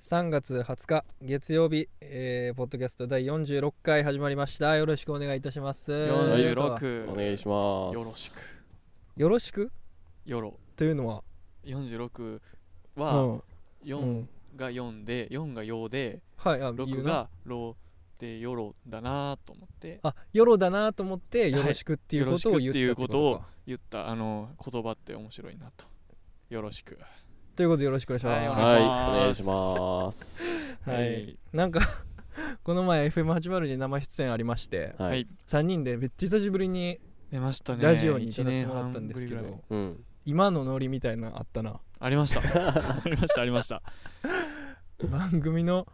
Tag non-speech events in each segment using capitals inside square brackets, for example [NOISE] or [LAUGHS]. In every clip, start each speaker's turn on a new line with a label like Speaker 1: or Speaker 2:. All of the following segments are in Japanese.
Speaker 1: 3月20日月曜日、えーポッドキャスト第46回始まりましたよろしくお願いいたします
Speaker 2: 46、
Speaker 3: お願いしま
Speaker 2: よろ
Speaker 3: す。
Speaker 2: しく
Speaker 1: よろしく
Speaker 2: よろ
Speaker 1: というのは、
Speaker 2: 46
Speaker 1: う
Speaker 2: は
Speaker 1: んう
Speaker 2: 4
Speaker 1: ん
Speaker 2: が4で4がよで
Speaker 1: はいあ言うな
Speaker 2: 6がろでよろだなと思って
Speaker 1: あよろだなと思ってよろしくっていう
Speaker 2: よ
Speaker 1: こ
Speaker 2: ろし
Speaker 1: と
Speaker 2: く
Speaker 1: を
Speaker 2: っ
Speaker 1: 言
Speaker 2: て
Speaker 1: った
Speaker 2: いうことを
Speaker 1: か
Speaker 2: 言ったあの言葉って面白いなとよろしく
Speaker 1: ということでよろしくお願いし
Speaker 2: お
Speaker 1: ま
Speaker 3: はい、お
Speaker 2: 願
Speaker 3: 願
Speaker 2: い
Speaker 3: い
Speaker 2: し
Speaker 3: し
Speaker 2: ま
Speaker 3: ます。
Speaker 1: すはいなんか [LAUGHS] この前 FM80 に生出演ありまして
Speaker 2: は
Speaker 3: はいい、
Speaker 1: 3人でめっちゃ久しぶりに
Speaker 2: 出ましたね
Speaker 1: ラジオに出さ
Speaker 2: 一
Speaker 1: せて
Speaker 2: 年
Speaker 1: もらったん
Speaker 2: 半
Speaker 1: で
Speaker 2: ぶ
Speaker 1: す
Speaker 2: り
Speaker 1: け
Speaker 2: ぐらい
Speaker 1: ど
Speaker 3: うん、
Speaker 1: 今のノリみたいなのあったな
Speaker 2: ありましたありましたあり
Speaker 1: [LAUGHS]
Speaker 2: ました
Speaker 1: 番組の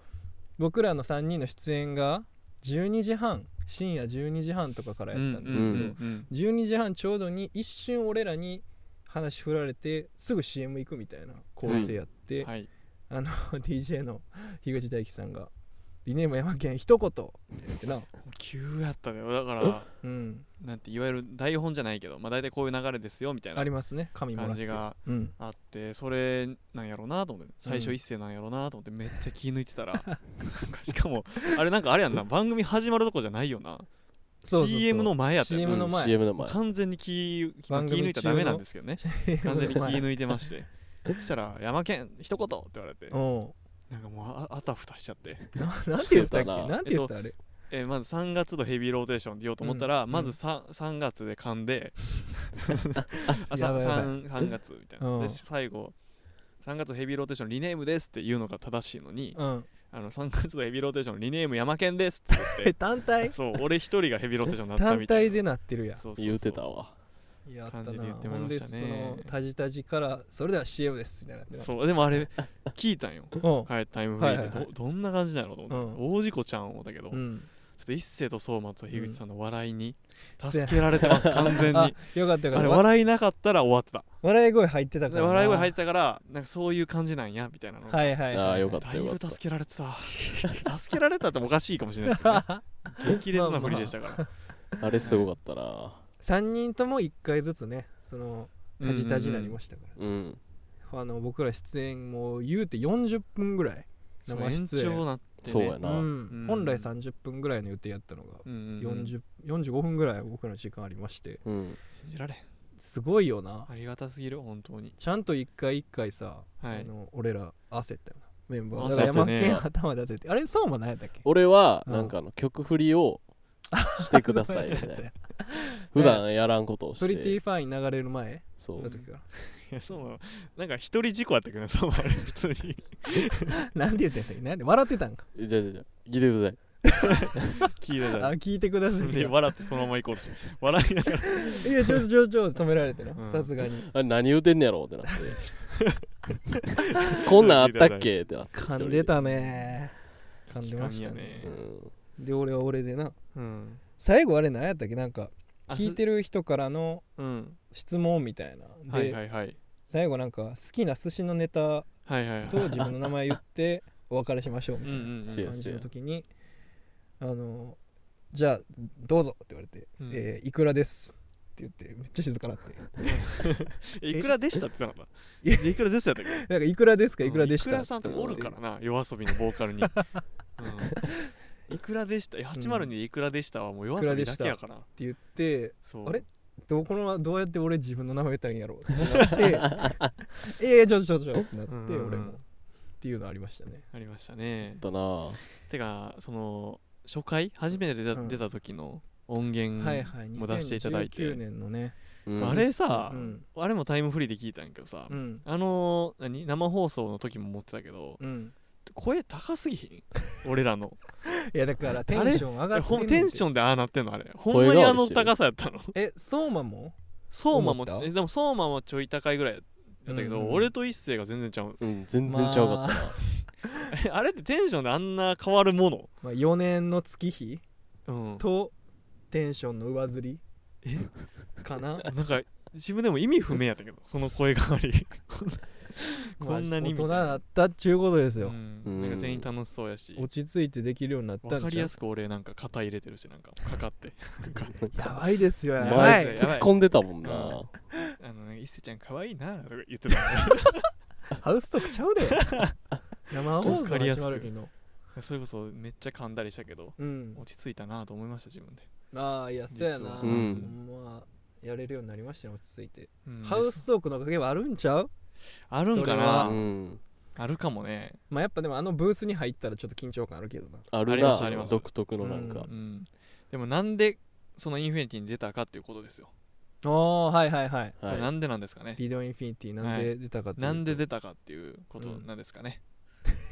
Speaker 1: 僕らの3人の出演が12時半深夜12時半とかからやったんですけど、
Speaker 3: うんうん
Speaker 2: うん
Speaker 1: 12時半ちょうどに一瞬俺らに話振られてすぐ CM 行くみたいな構成やって、 [LAUGHS]
Speaker 2: はい
Speaker 1: DJ の樋口大樹さんが「リネーム山県一言」って言ってな、
Speaker 2: 急やったねだから
Speaker 1: うん、
Speaker 2: なんていわゆる台本じゃないけどまあ大体こういう流れですよみたい
Speaker 1: あ
Speaker 2: な
Speaker 1: りますね紙もら
Speaker 2: 感
Speaker 1: って
Speaker 2: じが
Speaker 1: うん、
Speaker 2: あってそれなんやろうなと思って最
Speaker 1: う
Speaker 2: 初
Speaker 1: ん
Speaker 2: 一世なんやろうなと思ってめっちゃ気抜いてたらなんかしかもあれなんかあれやんな番組始まるとこじゃないよな
Speaker 1: そうそうそう
Speaker 2: CM の前やったよ
Speaker 1: CM
Speaker 2: な
Speaker 1: の前
Speaker 3: うん CM の前。
Speaker 2: 完全に気気気
Speaker 1: 番組
Speaker 2: 抜いたらダメなんで
Speaker 1: [LAUGHS]
Speaker 2: すけどね完全に気抜いてましてそしたら「山県一言!」って言われて
Speaker 1: お
Speaker 2: なんかもうああたふたしちゃって
Speaker 1: うななんて言ってたっけ
Speaker 3: してたな
Speaker 1: なんて言ってたあれ、
Speaker 2: えーまず3月度ヘビーローテーションって言おうと思ったら、
Speaker 1: うん
Speaker 2: まず 3, 3月で噛ん
Speaker 1: [LAUGHS]
Speaker 2: であ
Speaker 1: や
Speaker 2: さ
Speaker 1: ばいやばい
Speaker 2: 三三月みたいな、
Speaker 1: うん
Speaker 2: で最後3月ヘビーローテーションリネームですって言うのが正しいのに、
Speaker 1: うん、
Speaker 2: あの3月度ヘビーローテーションリネーム山県ですって
Speaker 1: え [LAUGHS] 単
Speaker 2: [LAUGHS] 言っ
Speaker 1: 体
Speaker 2: てそう俺一人がヘビーローテーションになった
Speaker 1: [LAUGHS] 単
Speaker 2: みた
Speaker 1: 体
Speaker 2: いな
Speaker 1: でなってるやん
Speaker 2: そうそうそう
Speaker 3: 言うてたわ。
Speaker 1: やったな
Speaker 2: 感じで言ってもらいましたね
Speaker 1: ほんでそのタジタジからそれでは CM ですみたいなってな
Speaker 2: そうでもあれ聞いたんよ
Speaker 1: おう
Speaker 2: はいタイムフリーで、
Speaker 1: はいはいはい
Speaker 2: どどんな感じなのと思って、大事故ちゃんをだけど、
Speaker 1: う
Speaker 2: ちょ
Speaker 1: ん
Speaker 2: っと一世と相馬と樋口さんの笑いに
Speaker 1: うん
Speaker 2: 助けられてます、完全に
Speaker 1: あよかったよか
Speaker 2: あ
Speaker 1: ったわ
Speaker 2: れ笑いなかったら終わってた
Speaker 1: 笑い声入ってたからな
Speaker 2: 笑い声入ってたからなんかそういう感じなんやみたいなの、
Speaker 1: はいはいはい
Speaker 3: ああ、よかっ
Speaker 2: だ
Speaker 3: た
Speaker 2: い
Speaker 3: よかっ
Speaker 2: ぶ
Speaker 3: た。
Speaker 2: 助けられてた助けられたってもおかしいかもしれないですけど、ね、激烈な振りでしたから、
Speaker 3: あれすごかったな。
Speaker 1: 3人とも1回ずつねそのタジタジになりましたから、
Speaker 3: うん。
Speaker 1: あの僕ら出演も言うて40分ぐらい、
Speaker 2: そう
Speaker 1: 生
Speaker 2: 延
Speaker 1: 出演
Speaker 2: 長なってね
Speaker 3: そうや
Speaker 1: う
Speaker 3: な。
Speaker 1: ん
Speaker 2: うん
Speaker 1: 本来30分ぐらいの予定やったのが、
Speaker 2: うんうんうん
Speaker 1: 40 45分ぐらい僕らの時間ありまして
Speaker 3: うん。
Speaker 2: 信じられん
Speaker 1: すごいよな、
Speaker 2: ありがたすぎる本当に
Speaker 1: ちゃんと1回1回さ、
Speaker 2: はい
Speaker 1: あの俺ら焦ったよなメンバー
Speaker 2: 焦
Speaker 1: だから
Speaker 2: った
Speaker 1: 山
Speaker 2: ね
Speaker 1: 県頭出せってあれそうもないだっけ
Speaker 3: 俺は、
Speaker 1: うん
Speaker 3: なんかあの曲振りをしてくださ
Speaker 1: [LAUGHS]
Speaker 3: いみたい
Speaker 1: そうそうそ
Speaker 3: な
Speaker 1: う。
Speaker 3: 普段やらんことを
Speaker 1: プリ
Speaker 3: し
Speaker 1: ティ
Speaker 3: て。
Speaker 1: ファイン流れる前
Speaker 3: そ
Speaker 1: の
Speaker 3: う。
Speaker 1: 時から
Speaker 2: いやそうなんか一人事故やったけどねそうあれ普通に
Speaker 1: なんて言ってんだっけなんで笑ってたんか
Speaker 3: じゃあじゃあじゃあ聞いてください。
Speaker 2: [LAUGHS] 聞いて
Speaker 1: あ
Speaker 2: た
Speaker 1: 聞いてください
Speaker 2: で
Speaker 1: よ
Speaker 2: 笑ってそのまま行こうとして笑いながら
Speaker 1: いやちょっとちょっとちょっと止められてな
Speaker 2: うん
Speaker 1: さすがに
Speaker 3: あれ何言うてんねやろってなって。 [LAUGHS] こんなんあったっけってなって。
Speaker 1: 噛んでたね噛んでましたね
Speaker 3: 一人で。うん。
Speaker 1: で俺は俺でな
Speaker 2: うん
Speaker 1: 最後あれ何やったっけなんか聞いて
Speaker 2: る
Speaker 1: る人からの
Speaker 2: うん
Speaker 1: 質問みたいなで、
Speaker 2: はいはいはい
Speaker 1: 最後なんか好きな寿司のネタ
Speaker 2: はいはいはい
Speaker 1: と自分の名前言ってお別れしましょうみ
Speaker 2: う
Speaker 1: た
Speaker 2: ん
Speaker 1: い
Speaker 2: うんうん
Speaker 3: せ
Speaker 1: な
Speaker 3: や
Speaker 1: 感
Speaker 3: せ
Speaker 1: じ
Speaker 3: や
Speaker 1: の。時にあのじゃあどうぞって言われて、
Speaker 2: うん
Speaker 1: えーいくらですって言ってめっちゃ静かなって
Speaker 2: えいくらでしたって言ってなかった
Speaker 1: え
Speaker 2: いくらでしたやったっけ
Speaker 1: なんかいくらですかいくらでし
Speaker 2: いく
Speaker 1: た
Speaker 2: らさんっておるからな夜遊びのボーカルに、 [LAUGHS] うんいくらでしたえ802でいくらでしたはもう夜遊びだけやから
Speaker 1: って言って
Speaker 2: そう
Speaker 1: あれどうこのままどうやって俺自分の名前言ったらいいんやろうって
Speaker 2: [LAUGHS]
Speaker 1: なってえー、ちょっとちょっとちょっとってなって
Speaker 2: うん
Speaker 1: 俺もっていうのありましたね
Speaker 2: ありましたね
Speaker 3: だな。
Speaker 2: てかその初回初めて出た,、
Speaker 1: うん
Speaker 2: 出た時の音源、
Speaker 1: はいはい
Speaker 2: もう出していただいて
Speaker 1: 2019年のね
Speaker 3: うん
Speaker 2: あれさ、
Speaker 1: うん
Speaker 2: あれもタイムフリーで聞いたんやけどさ、
Speaker 1: うん
Speaker 2: あのー何生放送の時も持ってたけど、
Speaker 1: うん
Speaker 2: 声高すぎ
Speaker 1: [LAUGHS]
Speaker 2: ひん俺らの
Speaker 1: いやだからテンション上が
Speaker 2: え
Speaker 1: って
Speaker 2: ほ
Speaker 1: んね
Speaker 2: ん
Speaker 1: ん
Speaker 2: テンションでああなってんの
Speaker 1: [LAUGHS]
Speaker 2: あれほんまにあの
Speaker 3: 声変わりしてる
Speaker 2: 高さやったの
Speaker 1: え相馬も
Speaker 2: 相馬も
Speaker 1: 思った
Speaker 2: えでも相馬もちょい高いぐらいやったけど、
Speaker 1: うんうん
Speaker 2: 俺と一星が全然ちゃう [LAUGHS]
Speaker 3: うん、全然ちゃうか
Speaker 1: まあ
Speaker 3: ったな。
Speaker 2: えあれってテンションであんな変わるもの、
Speaker 1: まあ、4年の月日
Speaker 2: うん、
Speaker 1: とテンションの上ずりか [LAUGHS] な
Speaker 2: なんか自分でも意味不明
Speaker 1: [LAUGHS]
Speaker 2: やったけどその声変わりこんな
Speaker 1: まあ大
Speaker 2: にみた
Speaker 1: 人
Speaker 2: い
Speaker 1: だったっちゅうことです
Speaker 2: う
Speaker 1: よ、
Speaker 2: ん、なんか全員楽しそうやし
Speaker 1: 落ち着いてできるようになったんちゃ
Speaker 2: わ
Speaker 1: う
Speaker 2: かりやすく俺なんか肩入れてるしなんかかかって
Speaker 1: [LAUGHS]
Speaker 2: なんか
Speaker 1: やばいですよや
Speaker 2: や
Speaker 1: ば
Speaker 2: ば
Speaker 1: い
Speaker 2: いですよ
Speaker 3: 突っ込んでたもんな。
Speaker 1: [LAUGHS]
Speaker 2: あのね一星ちゃん可愛いなとか言ってた
Speaker 1: ハウストークちゃうで生魔王
Speaker 2: わか
Speaker 1: さん
Speaker 2: りやすく
Speaker 1: 802の
Speaker 2: それこそめっちゃ噛んだりしたけど
Speaker 1: うん
Speaker 2: 落ち着いたなと思いました自分で、
Speaker 1: ああいやそうやな、
Speaker 2: 実は
Speaker 3: うん
Speaker 1: まあやれるようになりましたね落ち着いて
Speaker 2: うん
Speaker 1: ハウストークのおかげはあるんちゃう
Speaker 2: あるんか
Speaker 1: それは
Speaker 2: な
Speaker 3: うん
Speaker 2: あるかもね、
Speaker 1: まあやっぱでもあのブースに入ったらちょっと緊張感あるけどな
Speaker 3: あ
Speaker 2: あ
Speaker 3: る
Speaker 2: りますあり
Speaker 3: な
Speaker 2: ます
Speaker 3: 独特のなん
Speaker 1: う
Speaker 3: か
Speaker 2: うん、でもなんでそのインフィニティに出たかっていうことですよ、
Speaker 1: ああーはいはいはい
Speaker 2: これな
Speaker 3: は
Speaker 2: んでなんですかね
Speaker 1: リドインフィニティなんで出たかというと
Speaker 2: なんで出たかっていうことなんですかね、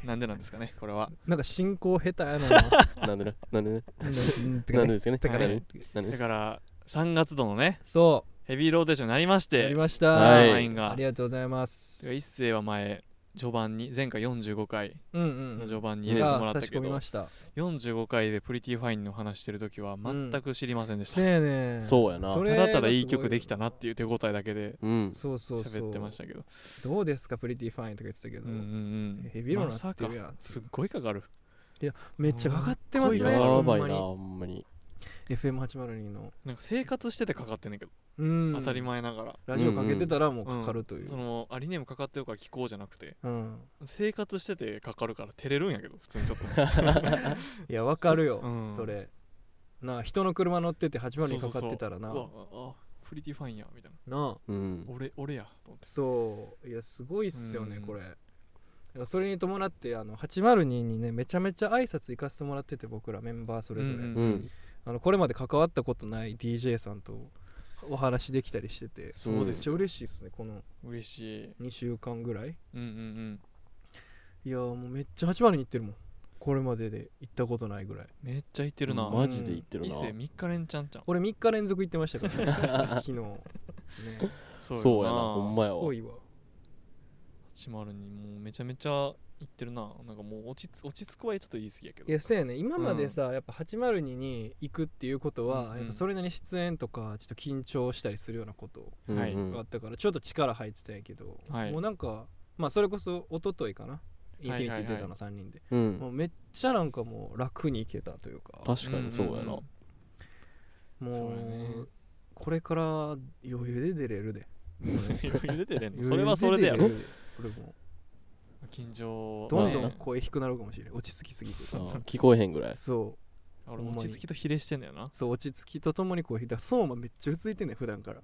Speaker 2: なんでなんですかねこれは
Speaker 1: なんか進行下手 [LAUGHS] やななんか
Speaker 3: いなんでねなんでね
Speaker 1: うんてか
Speaker 3: なんで
Speaker 1: ね
Speaker 3: ですかね
Speaker 1: てか
Speaker 3: なん
Speaker 1: ね
Speaker 3: でなんで
Speaker 2: だから3月度のね
Speaker 1: そ
Speaker 2: ヘビーローテーションになりまし
Speaker 1: うやり
Speaker 2: て
Speaker 1: ました、
Speaker 3: は
Speaker 2: ライン
Speaker 1: あ
Speaker 2: が
Speaker 1: りがとうございま
Speaker 2: て
Speaker 1: す
Speaker 2: か一世は前序盤に前回45回
Speaker 1: うんう
Speaker 2: の
Speaker 1: ん
Speaker 2: 序盤に
Speaker 1: う
Speaker 2: 入
Speaker 1: ん
Speaker 2: れてもら
Speaker 1: が
Speaker 2: った
Speaker 1: 差し
Speaker 2: け
Speaker 1: 込み
Speaker 2: ど
Speaker 1: ました
Speaker 2: 45回でプリティファインの話してる時は全く知りませんでし
Speaker 1: せ
Speaker 2: た、
Speaker 1: やねん
Speaker 3: そうやな
Speaker 1: それ
Speaker 2: ただただいい曲できたなっていう手応えだけで
Speaker 3: うん
Speaker 1: そうそうそう
Speaker 2: 喋ってましたけど
Speaker 1: どうですかプリティファインとか言ってたけど、
Speaker 2: うんうんうん
Speaker 1: ヘビーロー
Speaker 2: ま
Speaker 1: な
Speaker 2: さ
Speaker 1: って
Speaker 2: か
Speaker 1: るやん
Speaker 2: すっごいかかる
Speaker 1: めっちゃかかってます
Speaker 2: す
Speaker 1: ね
Speaker 2: ご
Speaker 3: や
Speaker 1: ほんま
Speaker 3: ばいな
Speaker 1: に
Speaker 3: ほんまに
Speaker 1: FM802 の、
Speaker 2: なんか生活しててかかってんねんけど、
Speaker 1: うん、
Speaker 2: 当たり前ながら
Speaker 1: ラジオかけてたらもうかかるという、
Speaker 2: そのアリネームかかってるから聞こうじゃなくて
Speaker 1: うん
Speaker 2: 生活しててかかるから照れるんやけど普通にちょっと
Speaker 1: いやわかるよ、
Speaker 2: うん
Speaker 1: それなあ人の車乗ってて802かかってたらな
Speaker 2: うわああプリティファインやみたいな
Speaker 1: なあ
Speaker 3: うん
Speaker 2: 俺俺やと思って
Speaker 1: そういやすごいっすよね、
Speaker 2: うん
Speaker 1: これいやそれに伴ってあの802にねめちゃめちゃ挨拶行かせてもらってて僕らメンバーそれぞれ、
Speaker 2: うんうん
Speaker 3: うん
Speaker 1: あのこれまで関わったことない DJ さんとお話できたりしてて
Speaker 2: そう
Speaker 1: め
Speaker 2: で
Speaker 1: っ
Speaker 2: す
Speaker 1: ちゃ
Speaker 2: よ、
Speaker 1: 嬉しいですねこの
Speaker 2: 嬉しい
Speaker 1: 2週間ぐらい
Speaker 2: うんうん
Speaker 1: いやーもうめっちゃ802行ってるもんこれまでで行ったことないぐらい
Speaker 2: うんめっちゃ言ってるな、
Speaker 3: マジで言ってる
Speaker 2: 伊
Speaker 3: な
Speaker 2: 勢3日連チャンちゃん
Speaker 1: 俺3日連続行ってましたから、
Speaker 2: [LAUGHS]
Speaker 1: 昨日ね
Speaker 2: そ
Speaker 3: そうやなほんまやわ
Speaker 1: 恋は
Speaker 2: チマルにもうめちゃめちゃ言ってるななんかもう落ち着落ち着くはちょっと言い過ぎやけど
Speaker 1: いやそうやね今までさ、やっぱ802に行くっていうことは、
Speaker 2: うんうん
Speaker 1: やっぱそれなりに出演とかちょっと緊張したりするようなこと
Speaker 3: うん
Speaker 2: はい
Speaker 3: うん
Speaker 1: があったから、ちょっと力入ってたんやけど、
Speaker 2: はい
Speaker 1: もうなんかまあそれこそ一昨日かなインフィニテ
Speaker 2: はいはい
Speaker 1: ィ
Speaker 2: はい
Speaker 1: 出たの3人で、
Speaker 3: うん
Speaker 1: もうめっちゃなんかもう楽に行けたというか
Speaker 3: 確かにそうや
Speaker 2: んん
Speaker 3: なん
Speaker 1: も
Speaker 2: そう
Speaker 1: う
Speaker 2: やね
Speaker 1: これから余裕で出れるで
Speaker 2: 余裕出てれんの
Speaker 1: 余裕
Speaker 2: [LAUGHS] それはそれでや
Speaker 1: 出
Speaker 2: ろ
Speaker 1: れる俺も
Speaker 2: 緊張
Speaker 1: どんど
Speaker 2: まあ
Speaker 1: ん
Speaker 2: ね
Speaker 1: 声低くなるかもしれない落ち着きすぎて
Speaker 3: あー聞こえへんぐらい
Speaker 1: そう
Speaker 2: 俺落ち着きと比例してんだよな
Speaker 1: そう落ち着きとともに声低いだからそうまめっちゃうついてんねん普段から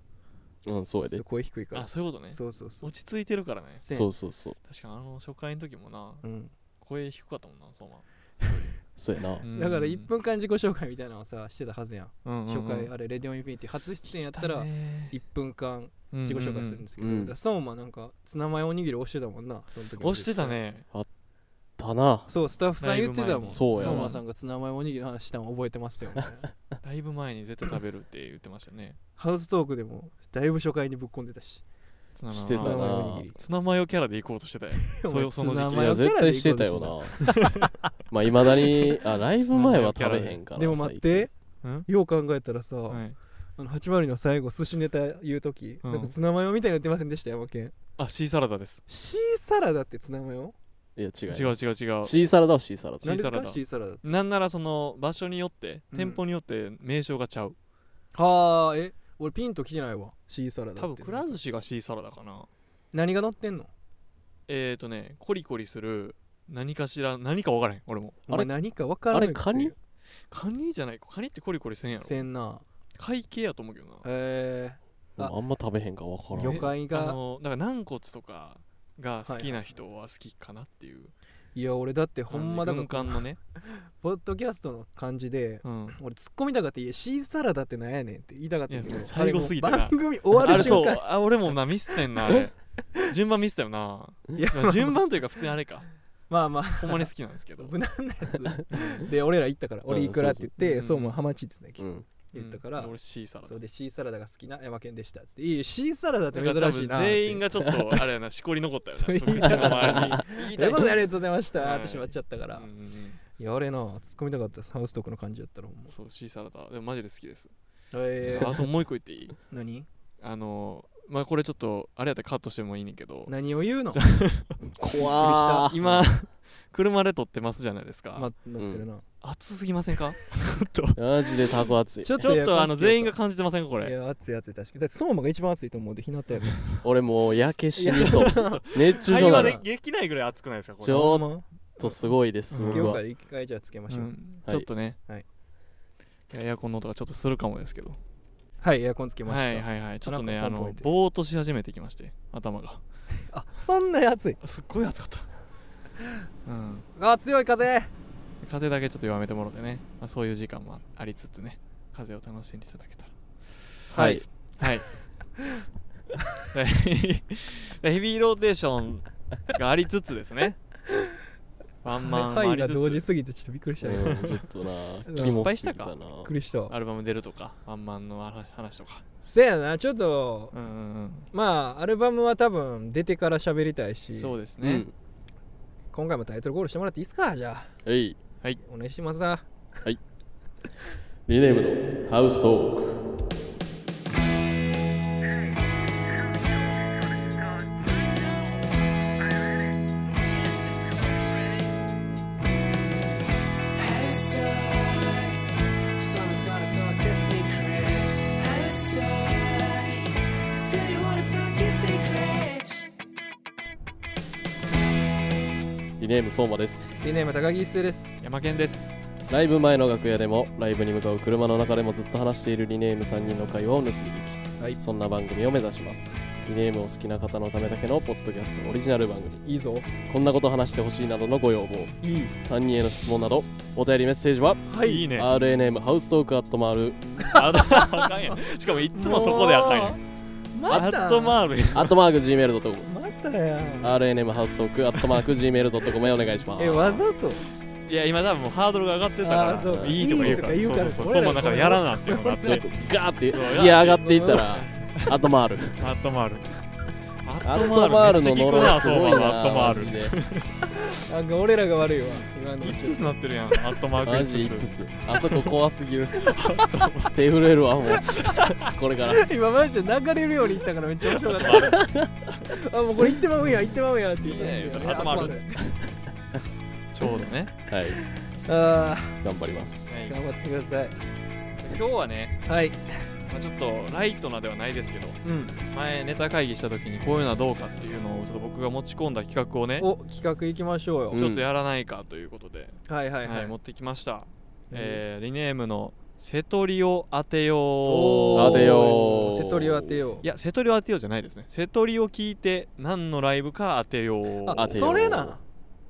Speaker 3: うんそうやで
Speaker 1: そう声低いから
Speaker 2: あそういうことね
Speaker 1: そうそうそう
Speaker 2: 落ち着いてるからね
Speaker 1: せん
Speaker 3: そうそうそう
Speaker 2: 確かにあの初回の時もな
Speaker 1: うん、
Speaker 2: 声低かったもんなそうま
Speaker 3: そうやな
Speaker 1: だから1分間自己紹介みたいなのをさしてたはずやん、
Speaker 2: 初
Speaker 1: 初回あれレディオインフィニティ初出演やったら1分間自己紹介するんですけど、
Speaker 3: うんうんうん
Speaker 1: だからそうまなんかツナマヨおにぎり押してたもんなその時
Speaker 2: 押してたね
Speaker 3: だな
Speaker 1: そうスタッフさん言ってたもん
Speaker 3: そうやわ
Speaker 1: 相馬さんがツナマヨおにぎりの話したの覚えてますよみたいな
Speaker 2: ライブ前に絶対食べるって言ってましたね
Speaker 1: ハウストークでもだいぶ初回にぶっ込んでたし
Speaker 2: ツナマヨ
Speaker 3: してた
Speaker 1: ツナマヨお
Speaker 3: な
Speaker 1: にぎり
Speaker 2: ツナマヨキャラで行こうとしてたよそうよその時期
Speaker 1: お
Speaker 3: い
Speaker 1: 前
Speaker 3: や
Speaker 1: ツナマヨ
Speaker 3: 絶
Speaker 1: キャラで
Speaker 3: 対してたよ
Speaker 1: 行
Speaker 3: な [LAUGHS] まあいまだにあライブ前は食べへんから
Speaker 1: でも待って
Speaker 2: うん
Speaker 1: よう考えたらさ、
Speaker 2: はい
Speaker 1: あの802の最後寿司ネタ言う時、
Speaker 2: うん
Speaker 1: なんかツナマヨみたいになってませんでした山県
Speaker 2: あシーサラダです
Speaker 1: シーサラダってツナマヨ
Speaker 3: 最近いや
Speaker 2: 違
Speaker 3: 違う
Speaker 2: う違う違う
Speaker 3: シーサラダはシーサラダ
Speaker 2: シ
Speaker 1: 何
Speaker 2: ー
Speaker 1: で
Speaker 2: サ
Speaker 1: す
Speaker 2: ラダ
Speaker 1: かシーサラダって
Speaker 2: なんならその場所によって
Speaker 1: うん
Speaker 2: 店舗によって名称がちゃう
Speaker 1: はあえ俺ピンと来てないわシーサラダって
Speaker 2: 多分くら寿司がシーサラダかな
Speaker 1: 何が乗ってんの
Speaker 2: えーとねコリコリする何かしら何か分からへん俺も
Speaker 1: お前
Speaker 3: あれ
Speaker 1: 何か分からないこと
Speaker 3: あれカニ
Speaker 2: カニじゃないカニってコリコリせんやろ
Speaker 1: せんな
Speaker 2: 会計やと思うけどな
Speaker 1: え
Speaker 3: もうあんま食べへんから分か
Speaker 1: ー、
Speaker 3: らん
Speaker 1: 魚
Speaker 2: よ
Speaker 1: 介
Speaker 2: あ
Speaker 1: が
Speaker 2: のだから軟骨とかが好きな人は好きかなっていう
Speaker 1: いや俺だってほんまだ
Speaker 2: だ
Speaker 1: か
Speaker 2: 軍
Speaker 1: ら
Speaker 2: 艦のね、
Speaker 1: ポッドキャストの感じで
Speaker 2: うん、
Speaker 1: 俺突っ込みたかったいやシーサラダってなんやねんって言いたかったんだけど
Speaker 2: いや
Speaker 1: あれもう
Speaker 2: 最後すぎたな
Speaker 1: 番組
Speaker 2: あ
Speaker 1: 終わ
Speaker 2: れ
Speaker 1: る
Speaker 2: そ
Speaker 1: 瞬
Speaker 2: う
Speaker 1: 間
Speaker 2: あ俺もなミスってんなあれ順番ミスったよない
Speaker 1: や
Speaker 2: まあ順番というか普通に
Speaker 1: [LAUGHS]
Speaker 2: あれか
Speaker 1: まあまあ
Speaker 2: ほんまに好きなんですけど
Speaker 1: 無難なや
Speaker 2: [LAUGHS]
Speaker 1: つで俺ら行ったから俺いくらって言って、
Speaker 2: うん
Speaker 1: そうもハマチって言ってた
Speaker 3: う
Speaker 1: っ
Speaker 3: ん
Speaker 1: け、言ったから、
Speaker 2: うん俺 C さら
Speaker 1: そうでシーサラダが好きな山県でしたっつっていいシーサラダって珍しいなって
Speaker 2: 全員がちょっとあれやなしこり残ったよな
Speaker 1: [LAUGHS] そう
Speaker 2: その店の周りに言い
Speaker 1: と
Speaker 2: た
Speaker 1: い
Speaker 2: いう
Speaker 1: ことでありがとうございました、
Speaker 2: はい
Speaker 1: ってしまっちゃったから、
Speaker 2: うんう
Speaker 1: い
Speaker 2: んうん
Speaker 1: や俺な突っ込みたかったサウストークの感じやったらほんま
Speaker 2: そう C サラダでもマジで好きです、
Speaker 1: え
Speaker 2: あ
Speaker 1: ー、
Speaker 2: ともう一個言っていい
Speaker 1: 何
Speaker 2: あのまあこれちょっとあれやったらカットしてもいいねんけど
Speaker 1: 何を言うの
Speaker 2: じゃ
Speaker 3: 怖ー
Speaker 2: 今 [LAUGHS] 車で撮ってますじゃないですか、
Speaker 1: ま乗ってるな、
Speaker 2: 暑すぎませんか
Speaker 3: マジでタコ熱い
Speaker 1: ちょっ
Speaker 2: ちょっとあの全員が
Speaker 1: こ
Speaker 2: 感じてませんかこ
Speaker 1: れい
Speaker 2: れ
Speaker 1: や暑い暑い確かにだって相馬が一番暑いと思うで日向やから
Speaker 3: 俺もうやけ死にそう熱中
Speaker 2: 会
Speaker 3: 症
Speaker 2: 話
Speaker 3: な
Speaker 2: で
Speaker 3: の
Speaker 2: できないぐらい暑くないですかこ
Speaker 3: ち
Speaker 2: れ
Speaker 1: ほ
Speaker 3: ょ
Speaker 1: んま
Speaker 3: とすごいです、
Speaker 1: つけ
Speaker 3: 僕
Speaker 1: よう
Speaker 3: は
Speaker 1: か。一回じゃあつけましょう、
Speaker 2: うんちょっとね、
Speaker 1: はい
Speaker 2: エアコンの音がちょっとするかもですけど
Speaker 1: はいエアコンつけました、
Speaker 2: はいはいはいちょっとね
Speaker 1: な
Speaker 2: あ
Speaker 1: んかポンポン
Speaker 2: の
Speaker 1: って
Speaker 2: ぼーっとし始めてきまして頭が [LAUGHS]
Speaker 1: あそんなに暑い
Speaker 2: すっごい暑
Speaker 1: [LAUGHS]
Speaker 2: かったうん
Speaker 1: あ強い風
Speaker 2: 風だけちょっと弱めてもろてね、まあ、そういう時間もありつつね風を楽しんでいただけたら
Speaker 3: は
Speaker 2: はいい。はい
Speaker 1: [LAUGHS]
Speaker 2: でヘビーローテーションがありつつですねワンマンも
Speaker 1: はい
Speaker 2: あ
Speaker 1: 範囲
Speaker 2: り
Speaker 1: が同
Speaker 2: つ
Speaker 1: 時
Speaker 2: つ
Speaker 1: すぎてちょっとびっくりした、ねびっ
Speaker 3: うんちょっとな、気もついたな。
Speaker 1: くりした
Speaker 2: アルバム出るとかワンマンの話話とか
Speaker 1: せやなちょっと
Speaker 2: うんうん
Speaker 1: まあアルバムは多分出てから喋りたい
Speaker 2: うん
Speaker 1: し
Speaker 2: そうです
Speaker 3: う
Speaker 2: ね
Speaker 3: ん。
Speaker 1: 今回もタイトルコールしてもらっていいっすかじゃあ
Speaker 3: えい。
Speaker 1: お願いしますな
Speaker 3: リネームのハウストーク。リネーム相馬です
Speaker 1: リ。ネーム高木一生です
Speaker 2: 山健です
Speaker 3: ライブ前の楽屋でもライブに向かう車の中でもずっと話しているリネーム3人の会話を盗み聞き、
Speaker 1: はい
Speaker 3: そんな番組を目指しますリネームを好きな方のためだけのポッドキャストオリジナル番組
Speaker 1: いいぞ
Speaker 3: こんなこと話してほしいなどのご要望
Speaker 1: いい
Speaker 3: 3人への質問などお便りメッセージは
Speaker 1: はい
Speaker 2: いいね
Speaker 3: RNM ハウストークアットマール
Speaker 2: あだあかんやんしかもいっつもそこであかんやん
Speaker 1: もう
Speaker 2: ア
Speaker 1: また
Speaker 2: ットマールや
Speaker 3: アットマーク Gmail.com
Speaker 1: またやん
Speaker 3: RNM ハウストークアットマーク Gmail.com へお願いします
Speaker 1: えわざと
Speaker 2: いや今多分もうハードルが上がってたか
Speaker 1: あーそう
Speaker 2: らいいとか言うから
Speaker 1: いいとか言うから
Speaker 2: そうそうそう
Speaker 1: 俺ら
Speaker 2: そうだからやらなっていうのがあっ
Speaker 3: ちょってとガーって
Speaker 2: そう
Speaker 3: ギア上がっていったらアットマール
Speaker 2: アットマールア
Speaker 3: アットマール
Speaker 2: め
Speaker 3: の
Speaker 2: っちゃ聞
Speaker 3: 呪
Speaker 2: く
Speaker 3: い
Speaker 2: な
Speaker 3: す
Speaker 2: そう
Speaker 3: ごい
Speaker 2: なの
Speaker 3: な
Speaker 2: アットマー
Speaker 3: マ
Speaker 2: ル
Speaker 3: ジで
Speaker 1: なんか俺らが悪いわ今の
Speaker 2: イッ
Speaker 1: ち
Speaker 2: プ
Speaker 1: ょっ
Speaker 2: スなってるやんアットマークイ
Speaker 3: マ
Speaker 2: ップス
Speaker 3: ジイップスあそこ怖すぎる [LAUGHS] 手震えるわもう [LAUGHS] これから
Speaker 1: と今マジで流れるように言ったからめっちゃ面白か
Speaker 2: [LAUGHS]
Speaker 1: ったあもうこれ言ってまうんや言ってまうんやって言った
Speaker 2: いいね頭あるちょうどね
Speaker 3: はい
Speaker 1: あ
Speaker 3: 頑張ります
Speaker 1: ー頑張ってください
Speaker 2: 今日はね、
Speaker 1: はい
Speaker 2: まあ、ちょっとライトなではないですけど
Speaker 1: うん
Speaker 2: 前ネタ会議した時にこういうのはどうかっていうのをちょっと僕が持ち込んだ企画をね
Speaker 1: お企画行きましょうよ、
Speaker 3: うん
Speaker 2: ちょっとやらないかということで、
Speaker 1: はいはい
Speaker 2: はい
Speaker 1: はい、
Speaker 2: 持ってきました、
Speaker 1: え
Speaker 2: えーリネームの瀬戸利を当てよう
Speaker 1: おー
Speaker 3: 当てよう
Speaker 1: 瀬戸りを当てよう
Speaker 2: いや瀬戸利を当てようじゃないですね瀬戸利を聞いて何のライブか当てよう
Speaker 1: あ
Speaker 3: 当てよう
Speaker 1: それな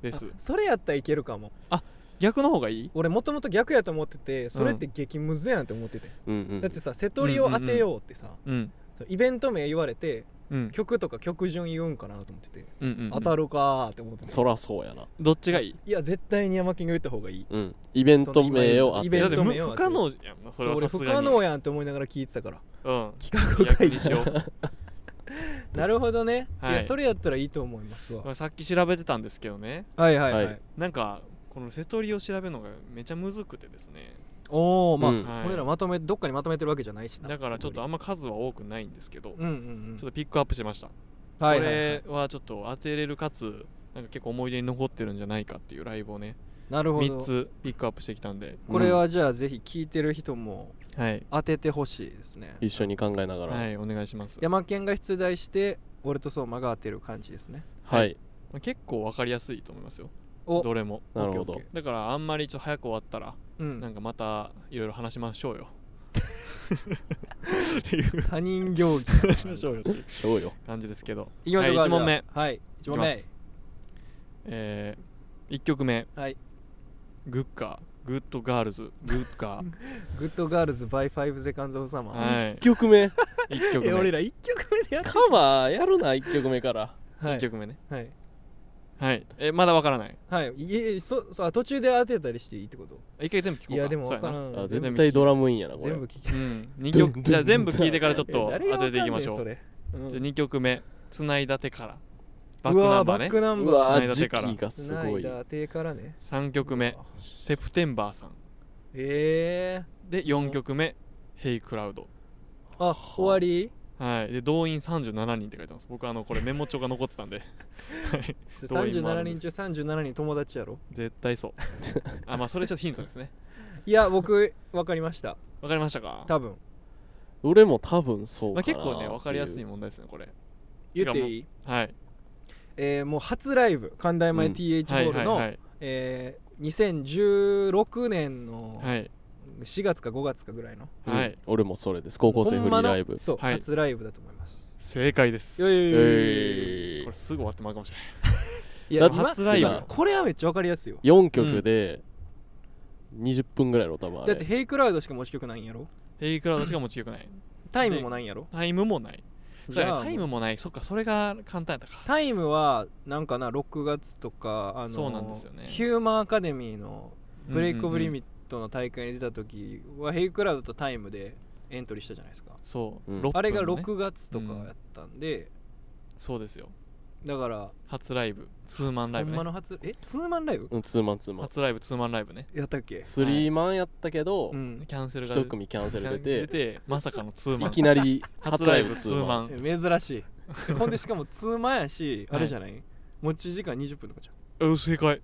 Speaker 2: で
Speaker 1: あ
Speaker 2: す
Speaker 1: それやったらいけるかも
Speaker 2: 逆の方がいい
Speaker 1: 俺もともと逆やと思っててそれって激ムズやんって思ってて、
Speaker 3: うんうん
Speaker 1: だってさ瀬戸りを当てようってさ、
Speaker 2: うん
Speaker 1: イベント名言われて
Speaker 2: うん
Speaker 1: 曲とか曲順言うんかなと思ってて、
Speaker 2: うんうん
Speaker 1: 当たるかーって思ってて
Speaker 3: そらそうやな
Speaker 2: どっちがいい
Speaker 1: いや絶対に山県が言った方がいい
Speaker 3: うんイベント名を当
Speaker 1: イ
Speaker 3: て
Speaker 1: ベ
Speaker 2: だ
Speaker 1: ン
Speaker 2: って
Speaker 1: ト
Speaker 2: む
Speaker 1: 名を
Speaker 2: 不可能じゃんなそ
Speaker 1: そ
Speaker 2: れ
Speaker 1: う
Speaker 2: は
Speaker 1: 俺
Speaker 2: さ
Speaker 1: 不
Speaker 2: す
Speaker 1: 可
Speaker 2: がに
Speaker 1: 能やんって思いながら聞いてたから
Speaker 2: うん
Speaker 1: 企画
Speaker 2: 逆
Speaker 1: 会
Speaker 2: にし
Speaker 1: 議
Speaker 2: よう
Speaker 1: なるほどね、、
Speaker 2: はいい
Speaker 1: やそれやったらいいと思いますわ
Speaker 2: これさっき調べてたんですけどね
Speaker 1: はいはいはい、
Speaker 3: はい
Speaker 2: なんかこの瀬戸利を調べるのがめちゃむずくてですね
Speaker 1: おおまあ、
Speaker 3: うん
Speaker 2: はい
Speaker 1: 俺らまとめどっかにまとめてるわけじゃないしな
Speaker 2: だからちょっとあんま数は多くないんですけどちょ
Speaker 1: うんうんうん
Speaker 2: っとピックアップしましたこ
Speaker 1: はいはいはい
Speaker 2: れはちょっと当てれるかつなんか結構思い出に残ってるんじゃないかっていうライブをね
Speaker 1: なるほど
Speaker 2: 3つピックアップしてきたんで
Speaker 1: これはじゃあぜひ聞いてる人も
Speaker 2: はい
Speaker 1: 当ててほしいですね
Speaker 3: 一緒に考えながら
Speaker 2: はいお願いします
Speaker 1: 山県が出題して俺と相馬が当てる感じですね
Speaker 3: は
Speaker 2: はいいまあ結構わかりやすいと思いますよ
Speaker 1: お
Speaker 2: どれも
Speaker 3: なるほ
Speaker 1: オ
Speaker 3: ど
Speaker 1: ッケ
Speaker 2: だからあんまりちょっと早く終わったら
Speaker 1: ーオッケーう
Speaker 2: なん
Speaker 1: ん
Speaker 2: かまたいろいろ話しましょうよっていう
Speaker 1: 他人
Speaker 2: [LAUGHS]
Speaker 1: 行儀
Speaker 2: ましょうよっていう
Speaker 3: そうよ
Speaker 2: 感じですけど、
Speaker 1: いきましょうか
Speaker 2: はい一問目
Speaker 1: じゃあはい1問
Speaker 2: い
Speaker 1: 目
Speaker 2: きえ1曲目
Speaker 1: はい
Speaker 2: グッカーグッドガールズグッカ
Speaker 1: [LAUGHS] グッドガールズ by 5 seconds of
Speaker 2: ー
Speaker 1: summer
Speaker 2: はい
Speaker 3: 1曲目
Speaker 2: 1曲
Speaker 1: え俺
Speaker 2: 目
Speaker 1: ら1曲目でやっ
Speaker 3: カバーやるな1曲目から
Speaker 1: は
Speaker 2: 1
Speaker 1: い
Speaker 2: 曲目ね
Speaker 1: はい
Speaker 2: はいえまだわからない
Speaker 1: はいいえそそうあ途中で当てたりしていいってこと
Speaker 2: 一回全部聞こうか
Speaker 1: いやでも分から
Speaker 2: そうん
Speaker 3: あ
Speaker 2: 全部
Speaker 3: 絶対ドラムインやなこれ
Speaker 1: 全部聞き
Speaker 2: やなうん2曲じゃあ全部聞いてからちょっと
Speaker 1: え誰が
Speaker 2: 当てていきまし
Speaker 1: わ
Speaker 2: ょう
Speaker 1: かんねんそれうん
Speaker 2: じゃあ2曲目繋いだ手からバ
Speaker 1: う
Speaker 2: ックナ
Speaker 1: わ
Speaker 2: ンバ
Speaker 1: バッ
Speaker 2: ーね
Speaker 1: クナン
Speaker 3: う
Speaker 1: バー
Speaker 3: わ
Speaker 2: 繋い
Speaker 3: ー
Speaker 2: だ
Speaker 3: 時
Speaker 2: 手から
Speaker 3: 期が
Speaker 1: つ
Speaker 3: す
Speaker 1: な
Speaker 3: ご
Speaker 1: い
Speaker 3: い
Speaker 1: だ手からね
Speaker 2: 3曲目セプテンバーさん
Speaker 1: え
Speaker 2: で4曲目ヘイクラウド
Speaker 1: ー、あ終わり
Speaker 2: はいで動員37人って書いてます僕あのこれメモ帳が残ってた
Speaker 1: [LAUGHS]
Speaker 2: んではいどういう意味もあ
Speaker 1: 37
Speaker 2: るん
Speaker 1: 人
Speaker 2: で
Speaker 1: 中37人友達やろ
Speaker 2: 絶対そうあまあそれちょっとヒントですね
Speaker 1: いや僕分かりました
Speaker 2: わかりましたか
Speaker 1: 多分
Speaker 3: 俺も多分そう
Speaker 2: まあ、
Speaker 3: か
Speaker 2: 結
Speaker 3: な
Speaker 2: 構ねわかりやすい
Speaker 3: も
Speaker 2: 問題ですねこれ
Speaker 1: 言っていい
Speaker 2: はい
Speaker 1: えー、もう初ライブ神田山
Speaker 3: うん
Speaker 1: TH
Speaker 2: はい
Speaker 1: ホー
Speaker 2: は
Speaker 1: ル
Speaker 2: い
Speaker 1: の、
Speaker 2: はい
Speaker 1: えー、2016年の
Speaker 2: はい
Speaker 1: 4月か5月かぐらいの
Speaker 3: うん
Speaker 2: はい
Speaker 3: 俺もそれです高校生フリ
Speaker 1: ほんま
Speaker 3: ー
Speaker 1: の
Speaker 3: ライブ
Speaker 1: そう、
Speaker 2: はい
Speaker 1: 初ライブだと思います
Speaker 2: 正解です
Speaker 1: いやいやいや
Speaker 3: え
Speaker 2: これすぐ終わってまうかもしれない
Speaker 1: いや
Speaker 3: だ
Speaker 1: 今
Speaker 2: 初ライブ
Speaker 1: 今これはめっちゃわかりやすいよ
Speaker 3: 4曲で20分ぐらいの多分
Speaker 1: だ
Speaker 3: あれ
Speaker 1: って「ヘイクラウド」しか持ち曲ないんやろ
Speaker 2: ヘイクラウドしか持ちよくない
Speaker 1: タイムもないんやろ
Speaker 2: タイムもないそう
Speaker 1: じ
Speaker 2: や
Speaker 1: ゃあ
Speaker 2: ねタイムもないそっかそれが簡単やったか
Speaker 1: タイムはなんかな6月とかあの
Speaker 2: そうなんですよね
Speaker 1: ヒューマンアカデミーのブレイク・オブ・リミ
Speaker 2: ッ
Speaker 1: ットの大会に出た時はヘイクラウドとタイムでエントリーしたじゃないですか
Speaker 2: トそう、
Speaker 3: う
Speaker 2: 6分
Speaker 3: ん
Speaker 2: のね
Speaker 1: あれが6月とかやったんで、
Speaker 2: そうですよ
Speaker 1: だから
Speaker 2: 初ライブツーマンライブ、
Speaker 1: ほんま
Speaker 2: ね、
Speaker 1: の初えツーマンライブ
Speaker 3: うんツーマンツーマン
Speaker 2: 初ライブツーマンライブね
Speaker 1: やったっけ
Speaker 3: スリーマンやったけど
Speaker 1: うん
Speaker 2: キャンセルが
Speaker 3: 一組キャンセル出て
Speaker 2: まさかのツーマ
Speaker 3: い
Speaker 2: ン
Speaker 3: きなり
Speaker 2: 初ライブツ
Speaker 3: ツ
Speaker 2: ー
Speaker 3: ー
Speaker 2: マ
Speaker 3: マ
Speaker 2: ン
Speaker 1: え珍し
Speaker 2: [LAUGHS]
Speaker 1: いほんでしかもツーマンやし
Speaker 2: はい
Speaker 1: あれじゃない、持ち時間20分とかじゃん
Speaker 2: うん正解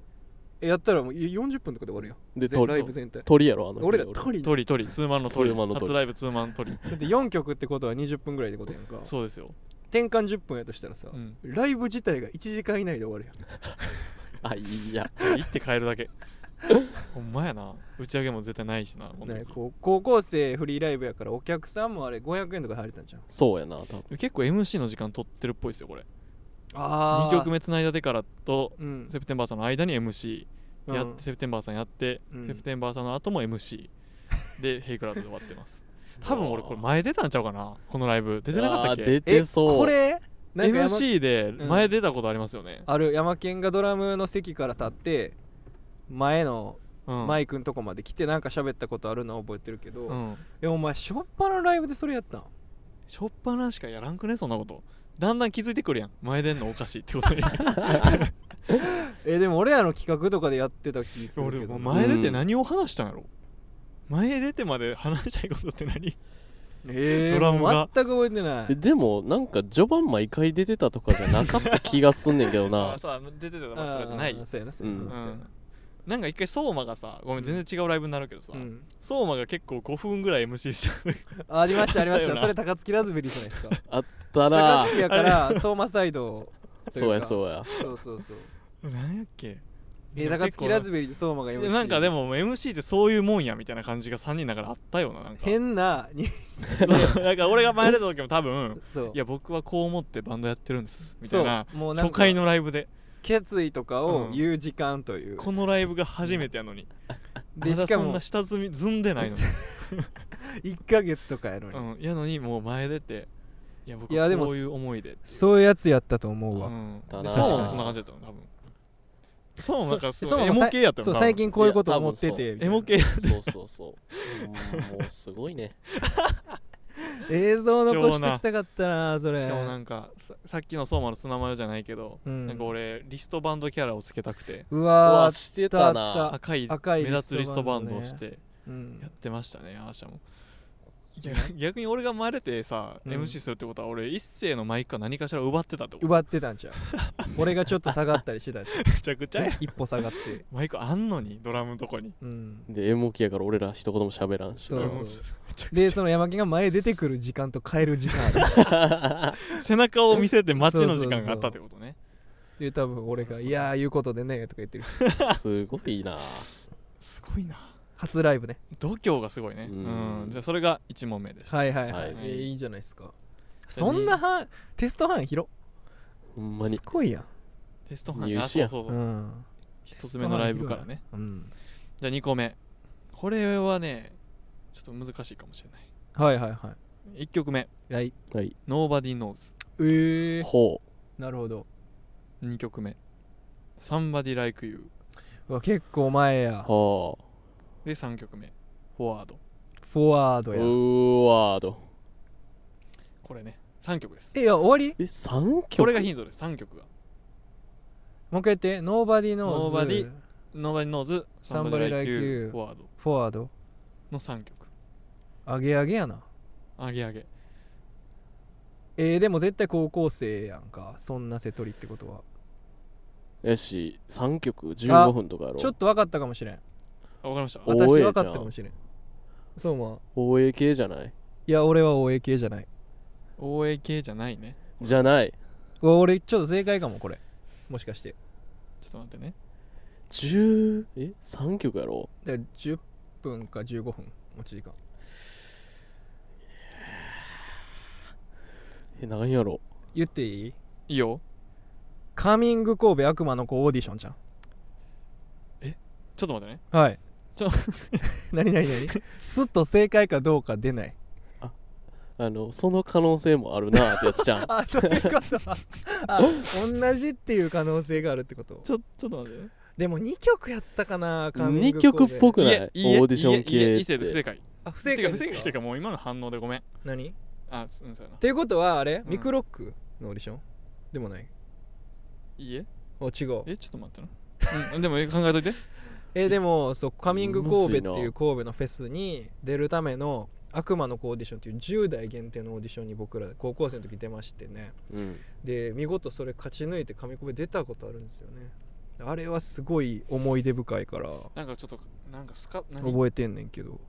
Speaker 1: えやったらもうい40分とかで終わるよ
Speaker 3: で
Speaker 1: 全ライ
Speaker 3: 鳥
Speaker 1: ブ全体
Speaker 3: 鳥やろあの人
Speaker 1: 俺ら取りだ
Speaker 2: トリトリツーマンのトリ
Speaker 3: ツーマンのトリ
Speaker 2: 初ライブツーマントリ
Speaker 1: って4曲ってことは20分ぐらいってことやんか
Speaker 2: そうですよ、
Speaker 1: 転換10分やとしたらさ、
Speaker 2: うん、
Speaker 1: ライブ自体が1時間以内で終わるやん
Speaker 3: あいいや
Speaker 2: じゃあ行って帰る
Speaker 1: [LAUGHS]
Speaker 2: だけほんまやな打ち上げも絶対ないしなこの時
Speaker 1: ね、こう高校生フリーライブやからお客さんもあれ500円とか入れたんじゃん
Speaker 3: そうやな多分
Speaker 2: 結構 MC の時間取ってるっぽいですよこれ
Speaker 1: あ
Speaker 2: 2曲目繋いだてからと
Speaker 1: うん
Speaker 2: セプテンバーさんの間に MC やっ
Speaker 1: うん
Speaker 2: セプテンバーさんやって、
Speaker 1: うん
Speaker 2: セプテンバーさんの後も MC でヘイクラウドで終わっ
Speaker 1: [LAUGHS]
Speaker 2: てます多分俺これ前出たんちゃうかなこのライブ出てなかったっ
Speaker 3: あー
Speaker 2: け
Speaker 3: 出
Speaker 1: え
Speaker 3: てそう
Speaker 1: これなんか山
Speaker 2: MC で前出たことありますよね、
Speaker 1: ある山県がドラムの席から立って前の
Speaker 2: うん
Speaker 1: マイクのとこまで来てなんか喋ったことあるのは覚えてるけど、
Speaker 2: うん
Speaker 1: えお前しょっぱなライブでそれやったん
Speaker 2: しょっぱなしかやらんくねそんなことだんだん気づいてくるやん前出んのおかしいっ
Speaker 1: [LAUGHS]
Speaker 2: てことに
Speaker 1: えでも俺らの企画とかでやってた気する
Speaker 2: 俺
Speaker 1: けど
Speaker 2: もう
Speaker 1: な
Speaker 2: 前出て何を話したんやろ、前出てまで話したいことって
Speaker 1: [LAUGHS]
Speaker 2: 何
Speaker 1: えー、
Speaker 2: ドラムが
Speaker 1: もう全く覚えてな
Speaker 3: え
Speaker 1: い
Speaker 3: でもなんか序盤毎回出てたとかじゃなかった気がすんねんけど
Speaker 1: [LAUGHS]
Speaker 3: な
Speaker 2: あさ出てたとかじゃない
Speaker 1: あーそうやなそうやな、
Speaker 3: うん
Speaker 1: そうや
Speaker 2: なんか一回相馬がさごめん全然違うライブになるけどさ、
Speaker 1: なうん
Speaker 2: 相馬が結構5分ぐらい MC した [LAUGHS]
Speaker 1: ありましたありまし
Speaker 2: あ
Speaker 1: た
Speaker 2: ったよな
Speaker 1: それ高槻ラズベリーじゃないですか
Speaker 3: あっ
Speaker 1: 高
Speaker 3: たら
Speaker 1: 槻やから相馬サイドとい
Speaker 3: そうや
Speaker 1: か
Speaker 3: そうや
Speaker 1: そうそうそう
Speaker 2: なんやっけ
Speaker 1: え高槻ラズ
Speaker 2: ベ
Speaker 1: ベリーと相馬が MC
Speaker 2: なんかでも MC ってそういうもんやみたいな感じが3人だからあったよななんか
Speaker 1: 変なに
Speaker 2: [LAUGHS] なんか俺が前出た時も多分
Speaker 1: そう
Speaker 2: いや僕はこう思ってバンドやってるんですみたいな
Speaker 1: そうもうなんか
Speaker 2: 初回のライブで
Speaker 1: 決意とかを言う時間という、
Speaker 2: このライブが初めてやのに、
Speaker 1: で
Speaker 2: ま
Speaker 1: し
Speaker 2: だ
Speaker 1: か
Speaker 2: そん
Speaker 1: も
Speaker 2: な下積み積んでないのに、
Speaker 1: 1ヶ月とかやのに、
Speaker 2: うん、やのにもう前出ていや僕
Speaker 1: いや
Speaker 2: は
Speaker 1: でも
Speaker 2: こういう思いでっていう
Speaker 1: そういうやつやったと思うわ、
Speaker 2: うん、
Speaker 3: だ
Speaker 2: で
Speaker 3: な
Speaker 2: そうもそんな感じだったの多分そうもなんかす
Speaker 1: そ
Speaker 2: ご
Speaker 1: う
Speaker 2: い
Speaker 1: も
Speaker 2: エモ系やったの
Speaker 1: そう
Speaker 2: 多分
Speaker 1: 最近こういうこと思って
Speaker 3: い
Speaker 1: て
Speaker 2: エモ系
Speaker 3: そうそうそううんもうすごいね
Speaker 1: 映像残してきたかったなそれ
Speaker 2: しかもなんかささっきの相馬の砂マヨじゃないけど、
Speaker 1: うん
Speaker 2: なんか俺リストバンドキャラをつけたくて
Speaker 1: う
Speaker 3: う
Speaker 1: わ
Speaker 3: わ
Speaker 1: ー
Speaker 3: してた
Speaker 1: あったあ
Speaker 3: な
Speaker 2: 赤い
Speaker 1: 赤い
Speaker 2: 目立つリストバンドを
Speaker 1: リス
Speaker 2: し
Speaker 1: ト
Speaker 2: て
Speaker 1: うん
Speaker 2: やってましたねアーシャもいや逆に俺が生まれてさ、
Speaker 1: うん
Speaker 2: MC するってことは俺一世のマイクか何かしら奪ってたってこと
Speaker 1: 奪ってたん
Speaker 2: [LAUGHS]
Speaker 1: ちゃう俺がちょっと下がったりしてたんちゃ
Speaker 2: めちゃくちゃ
Speaker 1: う
Speaker 2: や
Speaker 1: 一歩下がって
Speaker 2: マイクあんのにドラムのとこに
Speaker 1: うん
Speaker 3: でエモキやから俺ら一言も喋らんし
Speaker 1: そうそう
Speaker 2: めちゃくちゃ
Speaker 1: でその山木が前出てくる時間と変える時間ある
Speaker 2: 背中を見せて待ちの時間があったってことね
Speaker 1: で多分俺が「いやー言うことでね」とか言ってる
Speaker 3: すごいな
Speaker 2: すごいな
Speaker 1: 初ライブね
Speaker 2: 度胸がすごいねう
Speaker 3: うん
Speaker 2: んじゃあそれが1問目でした、
Speaker 1: はいはいは、
Speaker 3: はいい
Speaker 1: えーいいじゃないですかそんな範テスト範囲広
Speaker 3: ほんまに
Speaker 1: すごいやん
Speaker 2: テスト班
Speaker 3: 入
Speaker 2: あ
Speaker 3: 試
Speaker 2: そう
Speaker 3: や
Speaker 2: そうそううん一つ目のライブからね
Speaker 1: うん
Speaker 2: じゃあ2個目これはねちょっと難しいかもしれな
Speaker 1: はいはいはい
Speaker 2: い1曲目
Speaker 1: はい
Speaker 3: はい
Speaker 2: 「Nobody Knows
Speaker 1: えー、
Speaker 3: ほ
Speaker 1: なるほど」
Speaker 2: 2曲目「Somebody Like You
Speaker 1: うわ結構前
Speaker 3: う
Speaker 1: や
Speaker 3: ほ」
Speaker 2: で3曲目「Forward
Speaker 1: フォワー
Speaker 3: う
Speaker 1: ド
Speaker 3: う
Speaker 1: や
Speaker 3: ーわーど」
Speaker 2: これね3曲です
Speaker 1: えいや終わり
Speaker 3: え三曲
Speaker 2: これがヒントです3曲が
Speaker 1: もう一回言って「Nobody knows
Speaker 2: Nobody「Nobody Knows」「
Speaker 1: Somebody
Speaker 2: Somebody
Speaker 1: Like
Speaker 2: Like
Speaker 1: You
Speaker 2: You」「Forward
Speaker 1: フォワード」
Speaker 2: の3曲
Speaker 1: あげあげやな
Speaker 2: あげあげ
Speaker 1: えー、でも絶対高校生やんかそんな瀬取りってことは
Speaker 3: やし3曲15分とかやろ
Speaker 1: ちょっと分かったかもしれん
Speaker 2: あわかりました
Speaker 3: お
Speaker 1: 私
Speaker 3: おえ
Speaker 1: 分
Speaker 3: じ
Speaker 1: か
Speaker 3: ゃん
Speaker 1: ったかもしれんそうまあ
Speaker 3: OA 系じゃない
Speaker 1: いや俺は OA 系じゃない
Speaker 2: OA 系じゃないね
Speaker 3: じゃないう
Speaker 1: わ俺ちょっと正解かもこれもしかして
Speaker 2: ちょっと待ってね
Speaker 3: 10え3曲やろ
Speaker 1: で10分か15分持ち時間
Speaker 3: え何やろ
Speaker 1: 言っていい
Speaker 2: いいよ
Speaker 1: カミング神戸悪魔の子オーディションじゃん
Speaker 2: ちょっと待ってね
Speaker 1: はい
Speaker 2: ちょ
Speaker 1: [LAUGHS] 何何何すっと正解かどうか出ない
Speaker 3: あのその可能性もあるなってやつじゃん
Speaker 1: あそういうこと [LAUGHS] あ同じっていう可能性があるってこと
Speaker 2: ちょちょっと待ってね
Speaker 1: でも2曲やったかなカミング
Speaker 3: 2曲っぽ
Speaker 1: く
Speaker 3: くない
Speaker 2: いえいえ
Speaker 3: オーディション
Speaker 2: いえいえ
Speaker 3: 系
Speaker 2: いいせいで
Speaker 3: っ
Speaker 2: 不
Speaker 3: て
Speaker 2: 正解
Speaker 1: あ不正
Speaker 2: てか
Speaker 1: 解
Speaker 2: 不
Speaker 1: で
Speaker 2: 正解っ
Speaker 1: す
Speaker 2: ていう
Speaker 1: か
Speaker 2: かもう今の反応でごめん
Speaker 1: 何っ
Speaker 2: あうんそうやな
Speaker 1: ていうことはあれ
Speaker 2: うん
Speaker 1: ミクロックのオーディションでもない
Speaker 2: いいえ
Speaker 1: お違う
Speaker 2: えちょっと待ってなうんでもえ考えといて
Speaker 1: えーでもそうカミング
Speaker 3: むず
Speaker 1: 神
Speaker 3: いな
Speaker 1: 戸っていう神戸のフェスに出るための悪魔の子オーディションっていう10代限定のオーディションに僕ら高校生の時出ましてね
Speaker 3: うん
Speaker 1: で見事それ勝ち抜いて神神戸出たことあるんですよねあれはすごい思い出深いから
Speaker 2: なんかちょっとなんかすか何も
Speaker 1: 覚えてんねんけど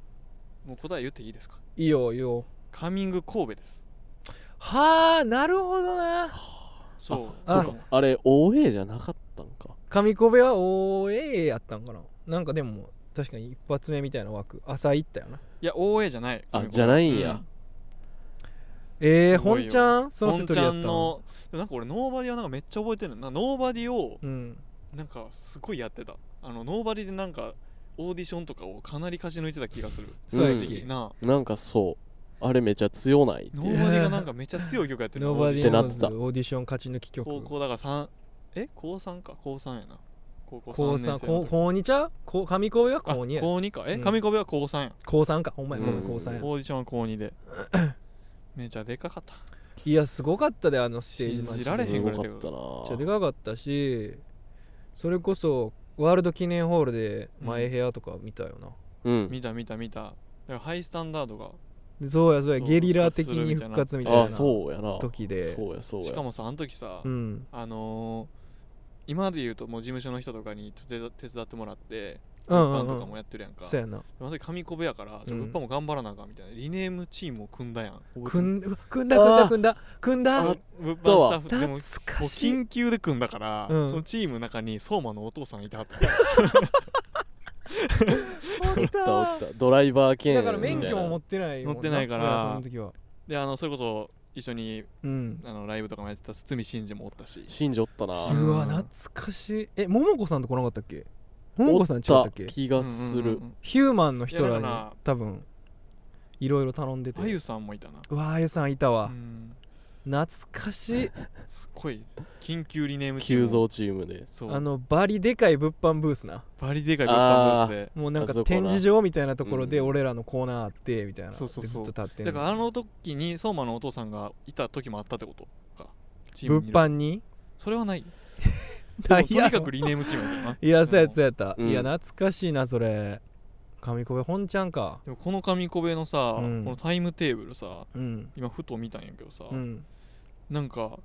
Speaker 2: う答え言っていいですか
Speaker 1: いいよいいよ
Speaker 2: カミング神戸です
Speaker 1: はあなるほどな
Speaker 2: そう
Speaker 1: あ
Speaker 2: そ
Speaker 1: あ
Speaker 2: うかも
Speaker 3: あれ OA じゃなかったんか
Speaker 1: 神神戸は OA やったんかななんかでも確かに一発目みたいな枠朝行ったよない
Speaker 2: や OA じゃない
Speaker 3: あじゃないんや
Speaker 2: う
Speaker 1: えー、
Speaker 2: すご
Speaker 1: 本
Speaker 2: いよ
Speaker 1: ちゃんその
Speaker 2: 本
Speaker 1: 一人
Speaker 2: ち
Speaker 1: や
Speaker 2: ゃ
Speaker 1: った
Speaker 2: ん
Speaker 1: の
Speaker 2: のなんか俺ノーバディはなんかめっちゃ覚えてるのなんかノーバディを
Speaker 1: うん
Speaker 2: なんかすごいやってたあのノーバディでなんかオーディションとかをかなり勝ち抜いてた気がする
Speaker 1: そうや
Speaker 3: ん
Speaker 1: き、
Speaker 2: 正直な
Speaker 3: なんかそうあれめっちゃ強ないって
Speaker 2: ノ
Speaker 3: いう
Speaker 2: ーバディがなんかめっちゃ強い曲やってる
Speaker 1: ノーバデ
Speaker 3: っ
Speaker 1: ィ
Speaker 3: て
Speaker 1: ー
Speaker 3: な
Speaker 1: ノ
Speaker 3: っ
Speaker 1: ー
Speaker 3: て
Speaker 1: ズ
Speaker 3: た
Speaker 1: オーディション勝ち抜き曲
Speaker 2: 高校だから三え高3か高3やな高校
Speaker 1: 高3
Speaker 2: 3年生の
Speaker 1: 高
Speaker 2: 時
Speaker 1: 高2ちゃう高上高上は高2
Speaker 2: あ
Speaker 1: や
Speaker 2: 高2かえ
Speaker 1: うん
Speaker 2: 上壁は高3や
Speaker 1: 高3かほんまや
Speaker 3: う
Speaker 1: ご
Speaker 3: ん
Speaker 1: めん高3や
Speaker 2: オーディションは高2でめちゃでかかった
Speaker 1: いやすごかったであのステージマジ
Speaker 2: 信じられへん
Speaker 3: す
Speaker 2: ぐ
Speaker 3: ご
Speaker 2: らい
Speaker 3: か
Speaker 2: だ
Speaker 3: っ
Speaker 2: よ
Speaker 3: たな
Speaker 1: めっちゃでかかったしそれこそワールド記念ホールで前部屋とか見たよな、
Speaker 3: うん
Speaker 2: 見た見た見ただからハイスタンダードが
Speaker 1: そうやそうや
Speaker 2: そう
Speaker 1: ゲリラ的に復活みたい
Speaker 3: あ
Speaker 1: な
Speaker 3: そうやな
Speaker 1: 時で
Speaker 3: そうやそうや
Speaker 2: しかもさあの時さ
Speaker 1: うん
Speaker 2: あのー今で言うともう事務所の人とかに手伝手伝ってもらって
Speaker 1: う
Speaker 2: 物
Speaker 1: んう
Speaker 2: 販
Speaker 1: ん
Speaker 2: とか
Speaker 1: うん
Speaker 2: もやってるやんか
Speaker 1: そうやな
Speaker 2: まさに紙コベやから
Speaker 1: う
Speaker 2: ちょ
Speaker 1: ん
Speaker 2: 物販も頑張らなあかんみたいなリネームチームを組んだやん覚えてる
Speaker 1: 組ん組んだ
Speaker 3: あー
Speaker 1: 組んだ組んだ
Speaker 3: あ
Speaker 1: 組んだ
Speaker 2: 物販スタッフで
Speaker 1: 懐
Speaker 2: ももう
Speaker 1: かしい
Speaker 2: 緊急で組んだから、
Speaker 1: うん
Speaker 2: そのチームの中に相馬のお父さんいてはった
Speaker 1: おっ
Speaker 3: おった
Speaker 1: た
Speaker 3: お
Speaker 1: わ
Speaker 3: ったドライバー兼
Speaker 1: だから免許も持
Speaker 3: っ
Speaker 1: ってないもん
Speaker 2: 持ってないから
Speaker 1: 俺その時は
Speaker 2: であのそれこそ一緒に
Speaker 1: うん
Speaker 2: あのライブとかもやってた堤真二もおったし
Speaker 3: 信じおったな
Speaker 2: うん
Speaker 1: うわ懐かしいえ桃子さんと来なかったっけ桃
Speaker 3: お
Speaker 1: 子さん違ったっけ
Speaker 3: 気がす
Speaker 2: うんうん
Speaker 3: る
Speaker 2: うんうん
Speaker 1: ヒューマンの人
Speaker 2: い
Speaker 1: ら
Speaker 2: やだ
Speaker 1: に
Speaker 2: から
Speaker 1: 多分いろいろ頼んでて
Speaker 2: あゆさんもいたな
Speaker 1: うわあゆさんいた
Speaker 2: う
Speaker 1: わ、
Speaker 2: ん
Speaker 1: 懐かしい
Speaker 2: すっごい緊急リネームチーム
Speaker 3: 急増チームで
Speaker 2: そう
Speaker 1: あのバリでかい物販ブースな
Speaker 2: バリでかい物販ブース
Speaker 1: もうなん
Speaker 3: あ
Speaker 1: か
Speaker 3: そこな
Speaker 1: 展示場みたいなところで
Speaker 3: うん
Speaker 1: 俺らのコーナーあってみたいな
Speaker 2: そうそうそう
Speaker 1: でずっと立って
Speaker 2: で
Speaker 1: ん
Speaker 2: だ
Speaker 1: の
Speaker 2: からあの時に相馬のお父さんがいた時もあったってことかチーム
Speaker 1: 物
Speaker 2: にい
Speaker 1: 販
Speaker 2: る
Speaker 1: に
Speaker 2: それ
Speaker 1: [LAUGHS]
Speaker 2: はない
Speaker 1: な
Speaker 2: で
Speaker 1: い
Speaker 2: もとにかくリネームチームやったよな
Speaker 1: [LAUGHS] いやそうやつやった、
Speaker 3: うん
Speaker 1: いや懐かしいなそれ神コベ本ちゃんか
Speaker 2: でもこの紙コベのさ、
Speaker 1: うん
Speaker 2: このタイムテーブルさ
Speaker 1: うん
Speaker 2: 今ふと見たんやけどさ、
Speaker 1: うん
Speaker 2: なんか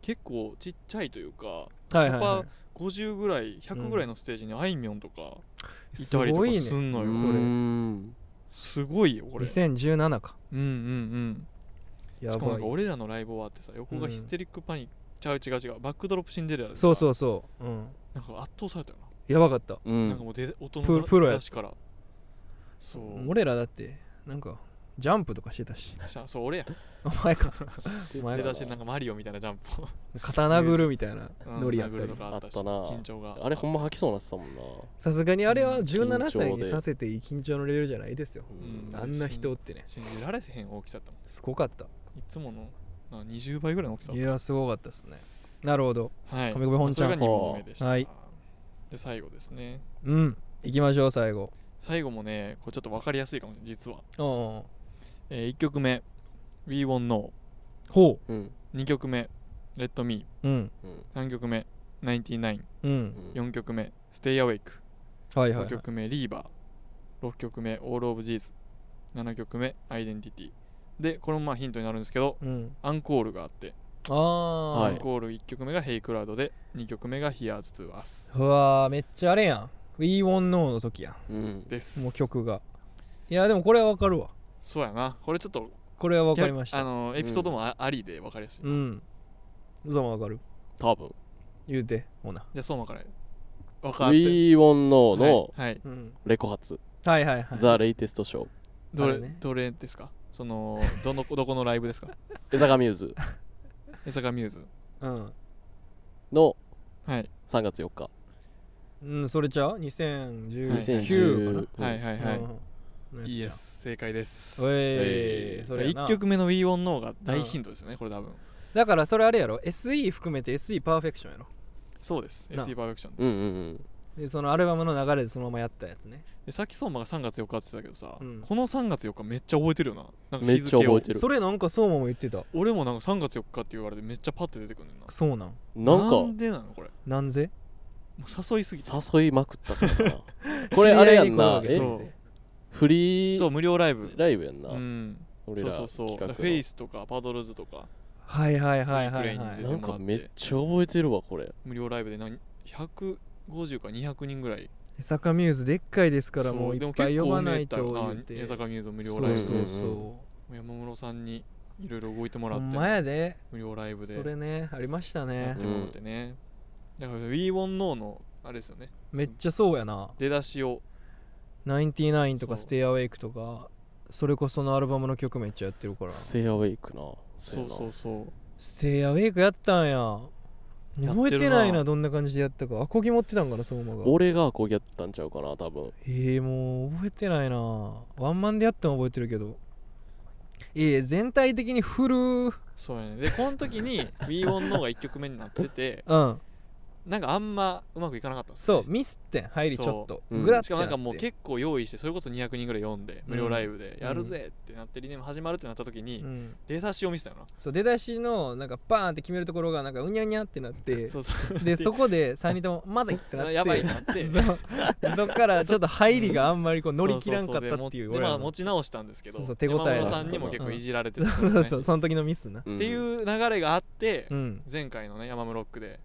Speaker 2: 結構ちっちゃいというか
Speaker 1: はいはい、は
Speaker 2: 50ぐらい100ぐらいのステージにあいみょんとか
Speaker 1: い、
Speaker 2: い
Speaker 1: す
Speaker 2: たりと
Speaker 1: ご
Speaker 2: か
Speaker 1: い
Speaker 2: す
Speaker 1: ね
Speaker 2: んのよ、
Speaker 1: それ
Speaker 3: うん
Speaker 2: すごいよこれうん
Speaker 1: 2017か
Speaker 2: うんうんし
Speaker 1: や
Speaker 2: かもな
Speaker 1: ば
Speaker 2: ん
Speaker 1: い
Speaker 2: か俺らのライブ終わってさ横がヒステリックパニック、ちゃう違う違うバックドロップシンデレラでさ
Speaker 1: そうそうそううん
Speaker 2: なんか圧倒されたよ
Speaker 1: やばかった
Speaker 3: う
Speaker 2: な、
Speaker 3: ん
Speaker 2: なんかもう出音
Speaker 1: プ
Speaker 2: の
Speaker 1: ロプロや
Speaker 2: 出
Speaker 1: つ
Speaker 2: しからそう
Speaker 1: 俺らだってなんかジャンプとかしてたし [LAUGHS]
Speaker 2: しゃそう俺や
Speaker 1: お前かお前
Speaker 2: 出
Speaker 1: ら
Speaker 2: だしなんかマリオみたいなジャ
Speaker 1: [LAUGHS]
Speaker 2: ンプを
Speaker 1: 刀ぐるみたいな
Speaker 2: うん
Speaker 1: ノリやった
Speaker 2: 殴る
Speaker 1: り
Speaker 2: とかあったし
Speaker 3: あったな
Speaker 2: 緊張が
Speaker 3: あれほんま吐きそうになってたもんな
Speaker 1: さすがにあれは
Speaker 2: うん
Speaker 1: 17歳
Speaker 3: 緊張で
Speaker 1: にさせていい緊張のレベルじゃないですよ
Speaker 2: うん
Speaker 1: あんな人おってね
Speaker 2: 信じられへん大きさだったも
Speaker 1: すごかった
Speaker 2: んいつものな20倍ぐらいの大きさだ
Speaker 1: い
Speaker 2: っ
Speaker 1: やすごかったですねなるほど
Speaker 2: たはい
Speaker 1: 亀込本ちゃん
Speaker 2: それが2問目でした、
Speaker 1: はい
Speaker 2: で最後ですね
Speaker 1: うん行きましょう最後
Speaker 2: 最後もねこれちょっと分かりやすいかもしれない実は、
Speaker 1: うんほ
Speaker 2: え1曲目「We Won't Know
Speaker 1: う」
Speaker 3: うん
Speaker 2: 2曲目「Let Me
Speaker 1: うん」
Speaker 2: 3曲目「99」
Speaker 1: うん
Speaker 3: うん
Speaker 2: 4曲目「Stay Awake」
Speaker 1: はいはい
Speaker 2: 5
Speaker 1: はい
Speaker 2: 曲目「リーバー」6曲目「All of These」7曲目「Identity」でこれもまあヒントになるんですけど
Speaker 1: うん
Speaker 2: アンコールがあって、
Speaker 1: ああ
Speaker 3: はい
Speaker 2: アンコール1曲目が「Hey Cloud」で2曲目が「Here's to Us
Speaker 1: うわーめっちゃあれやん We Won't Know の時や」
Speaker 3: うん
Speaker 2: です
Speaker 1: んもう曲がいやでもこれはわかるわ
Speaker 2: そうやなこれちょっと
Speaker 1: これはわかりまし
Speaker 2: あ
Speaker 1: た
Speaker 2: のエピソードもあ,、りで分かりやすい、
Speaker 1: うんうざもわかる
Speaker 3: 多分
Speaker 1: 言うてほな
Speaker 2: じゃあ相馬から分かって
Speaker 3: We Won't Know の
Speaker 2: はい、はい
Speaker 1: うん、
Speaker 3: レコ発、
Speaker 1: はいはいはい
Speaker 3: The Latest Show
Speaker 2: ど
Speaker 1: あ
Speaker 2: れ
Speaker 1: れね
Speaker 2: どれですかそのど
Speaker 1: [LAUGHS]
Speaker 2: のどこのライブですか
Speaker 3: 江坂ミューズ
Speaker 2: 江坂ミューズ
Speaker 1: うん、
Speaker 3: の
Speaker 2: はい
Speaker 3: 3月4日、
Speaker 1: うん、それちゃう2019か
Speaker 3: 2010
Speaker 1: な、
Speaker 2: はいはいはい、
Speaker 1: うん、
Speaker 2: いいで
Speaker 1: やつ
Speaker 2: す正解です
Speaker 1: ちゃうえ
Speaker 3: え
Speaker 1: い
Speaker 3: い
Speaker 1: それやな
Speaker 2: 1曲目の We Won't Know が大ヒントですよね、これ多分
Speaker 1: だからそれあれやろ SE 含めて SE パーフェクションやろ
Speaker 2: そうです
Speaker 1: な
Speaker 2: SE パーフェクションで
Speaker 3: うん
Speaker 2: す、
Speaker 3: うんうん、
Speaker 1: でそのアルバムの流れでそのままやったやつね
Speaker 2: でさっき相馬が3月4日って言ってたけどさ、
Speaker 1: うん
Speaker 2: この3月4日めっちゃ覚えてるよななんか
Speaker 3: めっ
Speaker 2: 日
Speaker 3: ち
Speaker 2: 付
Speaker 3: ゃ
Speaker 2: を
Speaker 3: 覚えてる
Speaker 1: それなんかそうも言ってた
Speaker 2: 俺もなんか3月4日って言われてめっちゃパッて出てくるねんな
Speaker 1: そうなん
Speaker 3: なん
Speaker 2: なん
Speaker 3: か
Speaker 2: でなのこれ
Speaker 1: なんぜ
Speaker 2: もう誘いすぎて
Speaker 3: 誘いまくったから
Speaker 2: [LAUGHS]
Speaker 3: なこれあれやんな
Speaker 1: 知り合いに声
Speaker 3: え
Speaker 2: そ
Speaker 1: をかけ
Speaker 2: う
Speaker 1: て
Speaker 3: フリ
Speaker 2: そう
Speaker 3: ー
Speaker 2: 無料ライブ
Speaker 3: ライブやんな、
Speaker 2: うん
Speaker 3: 俺
Speaker 2: そ
Speaker 3: ら
Speaker 2: うそう
Speaker 3: 企
Speaker 2: そうだ
Speaker 3: 画
Speaker 2: から
Speaker 3: の
Speaker 2: フェイスとかパドルズとか
Speaker 1: はいはいはいはい
Speaker 2: リプレイに
Speaker 1: は
Speaker 2: 出
Speaker 1: い
Speaker 2: て
Speaker 3: な
Speaker 2: る
Speaker 3: んかめっちゃ覚えてるわこれ
Speaker 2: 無料ライブで何150か200人ぐらい
Speaker 1: 江坂ミューズでっかいですからもうい
Speaker 2: で
Speaker 1: っ
Speaker 2: も
Speaker 1: ぱい呼ばないと
Speaker 2: 結構
Speaker 1: 言っ
Speaker 2: 多めだった
Speaker 1: て
Speaker 2: よな江坂ミューズ無料
Speaker 1: そ
Speaker 2: ライ
Speaker 1: う
Speaker 2: ブ
Speaker 1: そうそ
Speaker 2: 山室さんにいろいろ動いても
Speaker 1: う
Speaker 2: ら
Speaker 1: ほ
Speaker 2: っ
Speaker 1: んま
Speaker 2: て
Speaker 1: やで
Speaker 2: 無料ライブで
Speaker 1: それねありました
Speaker 2: やっ
Speaker 1: ね
Speaker 2: てもらってね、だから WeWonKnow のあれですよね
Speaker 1: めっちゃそうやな
Speaker 2: 出だしを
Speaker 1: 99とか
Speaker 2: そう
Speaker 1: ステイアウェイクとかそれこそのアルバムの曲めっちゃやってるから
Speaker 3: ステイアウェイクな
Speaker 2: そう
Speaker 3: やな
Speaker 2: そうそう
Speaker 1: ステイアウェイクやったんや
Speaker 2: やってるな
Speaker 1: 覚えてないなどんな感じでやったかアコギ持ってたんかな相馬が
Speaker 3: 俺がこうやったんちゃうかな多分
Speaker 1: えー、もう覚えてないなワンマンでやっても覚えてるけどえー、全体的にフルうん
Speaker 2: そ
Speaker 1: [LAUGHS]
Speaker 2: うやねでこの時に WeWonKnow が1曲目になっててなんかあんまうまくいかなかったんです
Speaker 1: そうミスってん入りちょっと
Speaker 3: そううん
Speaker 1: グラッ
Speaker 2: してかも
Speaker 1: な
Speaker 2: な
Speaker 1: っ
Speaker 2: ん
Speaker 1: て
Speaker 2: かもう結構用意してそれこそ200人ぐらい読んで無料ライブで
Speaker 1: うん
Speaker 2: やるぜってなってリネーム始まるってなった時に
Speaker 1: うん
Speaker 2: 出差しを見せたよ
Speaker 1: そう出だしのなんかバーンって決めるところがなんかうにゃうにゃってなっ
Speaker 2: な
Speaker 1: て
Speaker 2: そうそ
Speaker 1: [LAUGHS]
Speaker 2: う [LAUGHS]
Speaker 1: でそこで3人とも「まずい!」ってなって
Speaker 2: やばいってなって
Speaker 1: そうそっ
Speaker 2: [LAUGHS]
Speaker 1: からちょっと入りがあんまりこう乗り切らんかったっていう
Speaker 2: で
Speaker 1: 俺
Speaker 2: ま
Speaker 1: ら
Speaker 2: あ持
Speaker 1: の
Speaker 2: ち直したんですけど
Speaker 1: そうそう手応えがあった
Speaker 2: 山本さんにも結構いじられてた
Speaker 1: そ
Speaker 2: ん
Speaker 1: う [LAUGHS]
Speaker 2: で
Speaker 1: そうそ
Speaker 2: すよね
Speaker 1: うその時のミスな
Speaker 3: っ
Speaker 2: っていう流れがあって
Speaker 1: うん
Speaker 2: 前回のね山室ロックで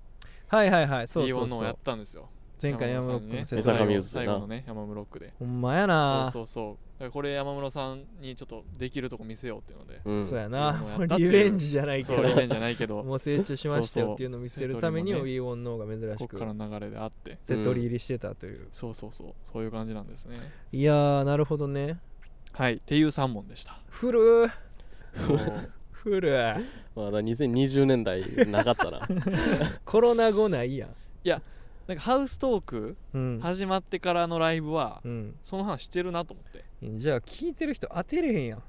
Speaker 1: はいはいはいそう
Speaker 2: B1
Speaker 1: そう
Speaker 2: の
Speaker 1: そ
Speaker 2: をやっ
Speaker 1: う
Speaker 2: たんですよ
Speaker 1: 前回の山本君
Speaker 2: ね
Speaker 1: もそう
Speaker 3: 江
Speaker 1: やった
Speaker 3: 坂
Speaker 2: 最
Speaker 3: ミュ
Speaker 2: 後
Speaker 3: ーズだ
Speaker 2: 最
Speaker 3: な
Speaker 2: 後のね山室ロックで
Speaker 1: ほんまや
Speaker 2: そう
Speaker 1: な
Speaker 2: そうそうだからこれ山室さんにちょっとできるとこ見せようっていうので
Speaker 3: うん
Speaker 1: そうやな
Speaker 2: うん
Speaker 1: もう [LAUGHS] リベンジじゃないけ
Speaker 2: そうリベン
Speaker 1: ど
Speaker 2: ジじゃない
Speaker 1: [LAUGHS]
Speaker 2: けど
Speaker 1: もう成長しました
Speaker 2: そうそ
Speaker 1: よ
Speaker 2: う
Speaker 1: っていうのを見せるために
Speaker 2: セト
Speaker 1: w e ンの方が珍
Speaker 2: こ
Speaker 1: し
Speaker 2: っ
Speaker 1: く
Speaker 2: からの流れであって
Speaker 1: セトリ入りしてたという
Speaker 2: そうそうそうそういう感じなんですね
Speaker 1: いやーなるほどね
Speaker 2: はいっていう3問でした
Speaker 1: フル
Speaker 2: そう
Speaker 1: フル
Speaker 3: まあだ2020年代な
Speaker 2: [LAUGHS]
Speaker 3: かったな
Speaker 1: コロナ後ないやん
Speaker 2: なんかハウストーク
Speaker 1: うん
Speaker 2: 始まってからのライブは
Speaker 1: うん
Speaker 2: その話してるなと思って
Speaker 1: じゃあ聞いてる人当てれへんやん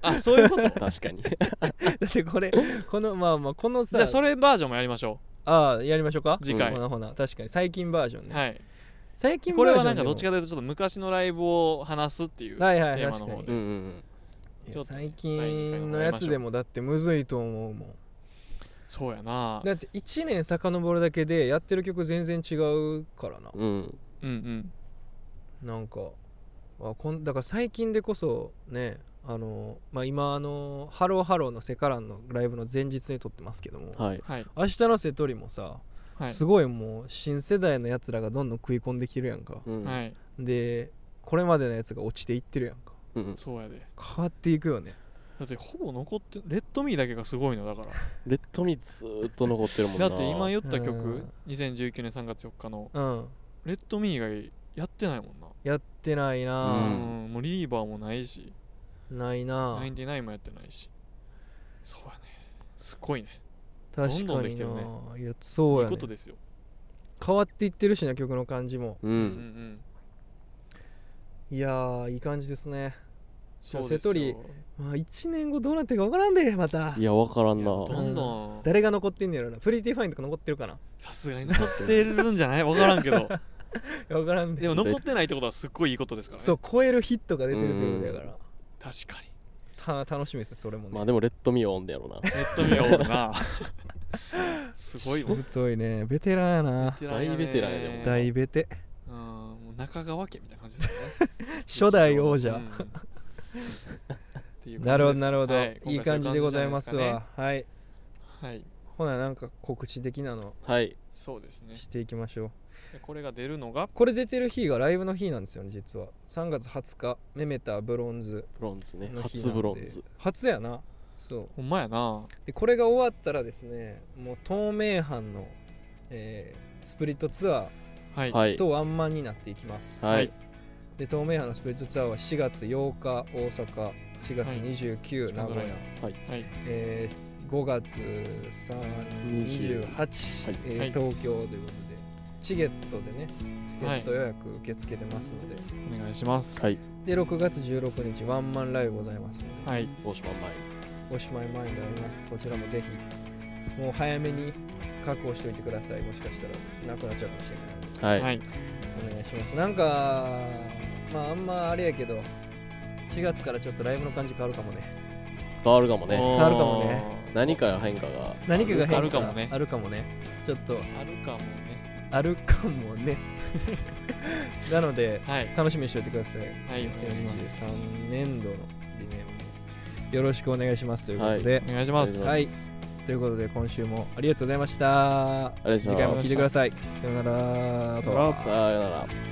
Speaker 2: あそういうこと
Speaker 1: [LAUGHS]
Speaker 3: 確かに
Speaker 1: だってこれこのまあまあこの
Speaker 2: じゃ
Speaker 1: さ
Speaker 2: あそれバージョンもやりましょ
Speaker 1: ああやりましょうか
Speaker 2: 次回
Speaker 1: ほなほな確かに最近バージョン
Speaker 2: う
Speaker 1: ね、
Speaker 2: はい
Speaker 1: 最近バ
Speaker 2: こ
Speaker 1: ージ
Speaker 2: れ
Speaker 1: ョン
Speaker 2: はなんかどっち
Speaker 1: か
Speaker 2: かというとちょっと昔のライブを話すっていう
Speaker 1: はいはい
Speaker 2: テーマ
Speaker 1: 確
Speaker 2: の
Speaker 1: か
Speaker 2: 方
Speaker 1: に
Speaker 3: うんう
Speaker 2: で
Speaker 3: ん
Speaker 1: いや
Speaker 2: ちょっとね
Speaker 1: 最近のやつでもだってむずいと思うもん
Speaker 2: そうやな
Speaker 1: だって1年遡るだけでやってる曲全然違うからな
Speaker 3: うんうん
Speaker 2: うんうん
Speaker 1: なんかあこんだから最近でこそねあのまあ今あの「ハローハロー」のセカランのライブの前日に撮ってますけども
Speaker 3: はい
Speaker 2: はい
Speaker 1: 明日の瀬戸りもさ、
Speaker 2: はい
Speaker 1: すごいもう新世代のやつらがどんどん食い込んできてるやんか、
Speaker 3: うん
Speaker 2: はい
Speaker 1: でこれまでのやつが落ちていってるやんか
Speaker 3: うん
Speaker 2: そうやで
Speaker 1: 変わっていくよね
Speaker 2: だってほぼ残ってレッドミーだけがすごいのだから
Speaker 3: レッドミーずーっと残ってるもん
Speaker 2: だ
Speaker 3: な
Speaker 2: って今言った
Speaker 1: う
Speaker 2: 曲
Speaker 1: ん
Speaker 2: 2019年3月4日の
Speaker 1: うん
Speaker 2: レッドミー以外やってないもんな
Speaker 1: やってない
Speaker 2: うん
Speaker 1: な、
Speaker 2: もうリーバーもないし
Speaker 1: ないな
Speaker 2: ナインティナインもやってないしそうやねすごいね
Speaker 1: 確かにな
Speaker 2: どんどんできてるね
Speaker 1: いやそう
Speaker 2: いい
Speaker 1: や、ね
Speaker 2: こ、とですよ、
Speaker 1: 変わっていってるしな曲の感じも
Speaker 3: う
Speaker 2: うんん
Speaker 1: いやーいい感じですね
Speaker 2: そうです
Speaker 1: 瀬
Speaker 2: よ
Speaker 1: 戸利まあ1年後どうなってるか分からんでまた
Speaker 3: いやわからん
Speaker 2: い
Speaker 3: な
Speaker 2: やどんどん
Speaker 1: 誰が残ってんねやろなプリティファインとか残ってるかな [LAUGHS]
Speaker 2: さすがに残ってるんじゃないわからんけど
Speaker 1: 分からんで
Speaker 2: でも残ってないってことはすっごいいいことですからね
Speaker 1: そう超えるヒットが出てるということやから
Speaker 2: 確かに
Speaker 1: た楽しみですそれもね、
Speaker 3: まあでもレッドミーはおんだやろな
Speaker 2: ネット見よ
Speaker 1: [LAUGHS]
Speaker 2: うなすごいもん
Speaker 1: 太いねベテランやな
Speaker 3: 大ベテランやでも
Speaker 1: 大ベテ
Speaker 2: うんもう中川家みたいな感じですよね
Speaker 1: 初代王者、
Speaker 2: うんっていう感じです
Speaker 1: なるほどなるほど、
Speaker 2: はいい、
Speaker 1: い感じでございます
Speaker 2: 今回そういう
Speaker 1: わ
Speaker 2: 感
Speaker 1: はい
Speaker 2: じじゃないですかねはい
Speaker 1: ほななんか告知的なの
Speaker 3: はい
Speaker 2: そうですね
Speaker 1: していきましょう
Speaker 2: でこれが出るのが
Speaker 1: これ出てる日がライブの日なんですよね実は3月20日メメタブロンズ
Speaker 3: ブロンズね
Speaker 1: [LAUGHS] の日なんで
Speaker 3: 初ブロンズ
Speaker 1: 初やなそう
Speaker 2: ほんまやな
Speaker 1: でこれが終わったらですねもう透明版の、えースプリットツアー
Speaker 2: はい
Speaker 3: はい
Speaker 1: とワンマンになっていきます、
Speaker 3: は
Speaker 2: はいい
Speaker 1: で東名阪のスプレッドツアーは4月8日大阪4月29、
Speaker 2: い
Speaker 1: 名古屋、
Speaker 2: はい
Speaker 1: えー5月3 28、
Speaker 3: はい
Speaker 1: えー
Speaker 2: はい
Speaker 1: 東京ということでチケットでねチケット予約受け付けてますので、
Speaker 2: お願いします
Speaker 3: はい
Speaker 1: で6月16日ワンマンライブございますので、
Speaker 2: はい
Speaker 3: 大島前
Speaker 1: おしまいマインドありますこちらもぜひもう早めに確保しておいてくださいもしかしたらなくなっちゃうかもしれないので
Speaker 3: はい、
Speaker 2: はい
Speaker 1: お願いしますなんかまああんまあれやけど4月からちょっとライブの感じ変わるかもね
Speaker 3: 変わるかもね
Speaker 2: 変
Speaker 1: わるかもね
Speaker 3: 何か変化が
Speaker 1: 何かが変化
Speaker 2: あるかもね
Speaker 1: あるかもねちょっと
Speaker 2: あるかもね
Speaker 1: あるかもね [LAUGHS] なので
Speaker 2: はい
Speaker 1: 楽しみにしておいてください
Speaker 2: はいお願いします
Speaker 1: 3年度の理念もよろしくお願いしますということで、
Speaker 2: お願いします
Speaker 3: お
Speaker 1: は
Speaker 3: 願
Speaker 1: い。ということで今週もありがとうございました。
Speaker 3: ありがとうございました
Speaker 1: 次回も聞いてください。さようなら。
Speaker 3: さよなら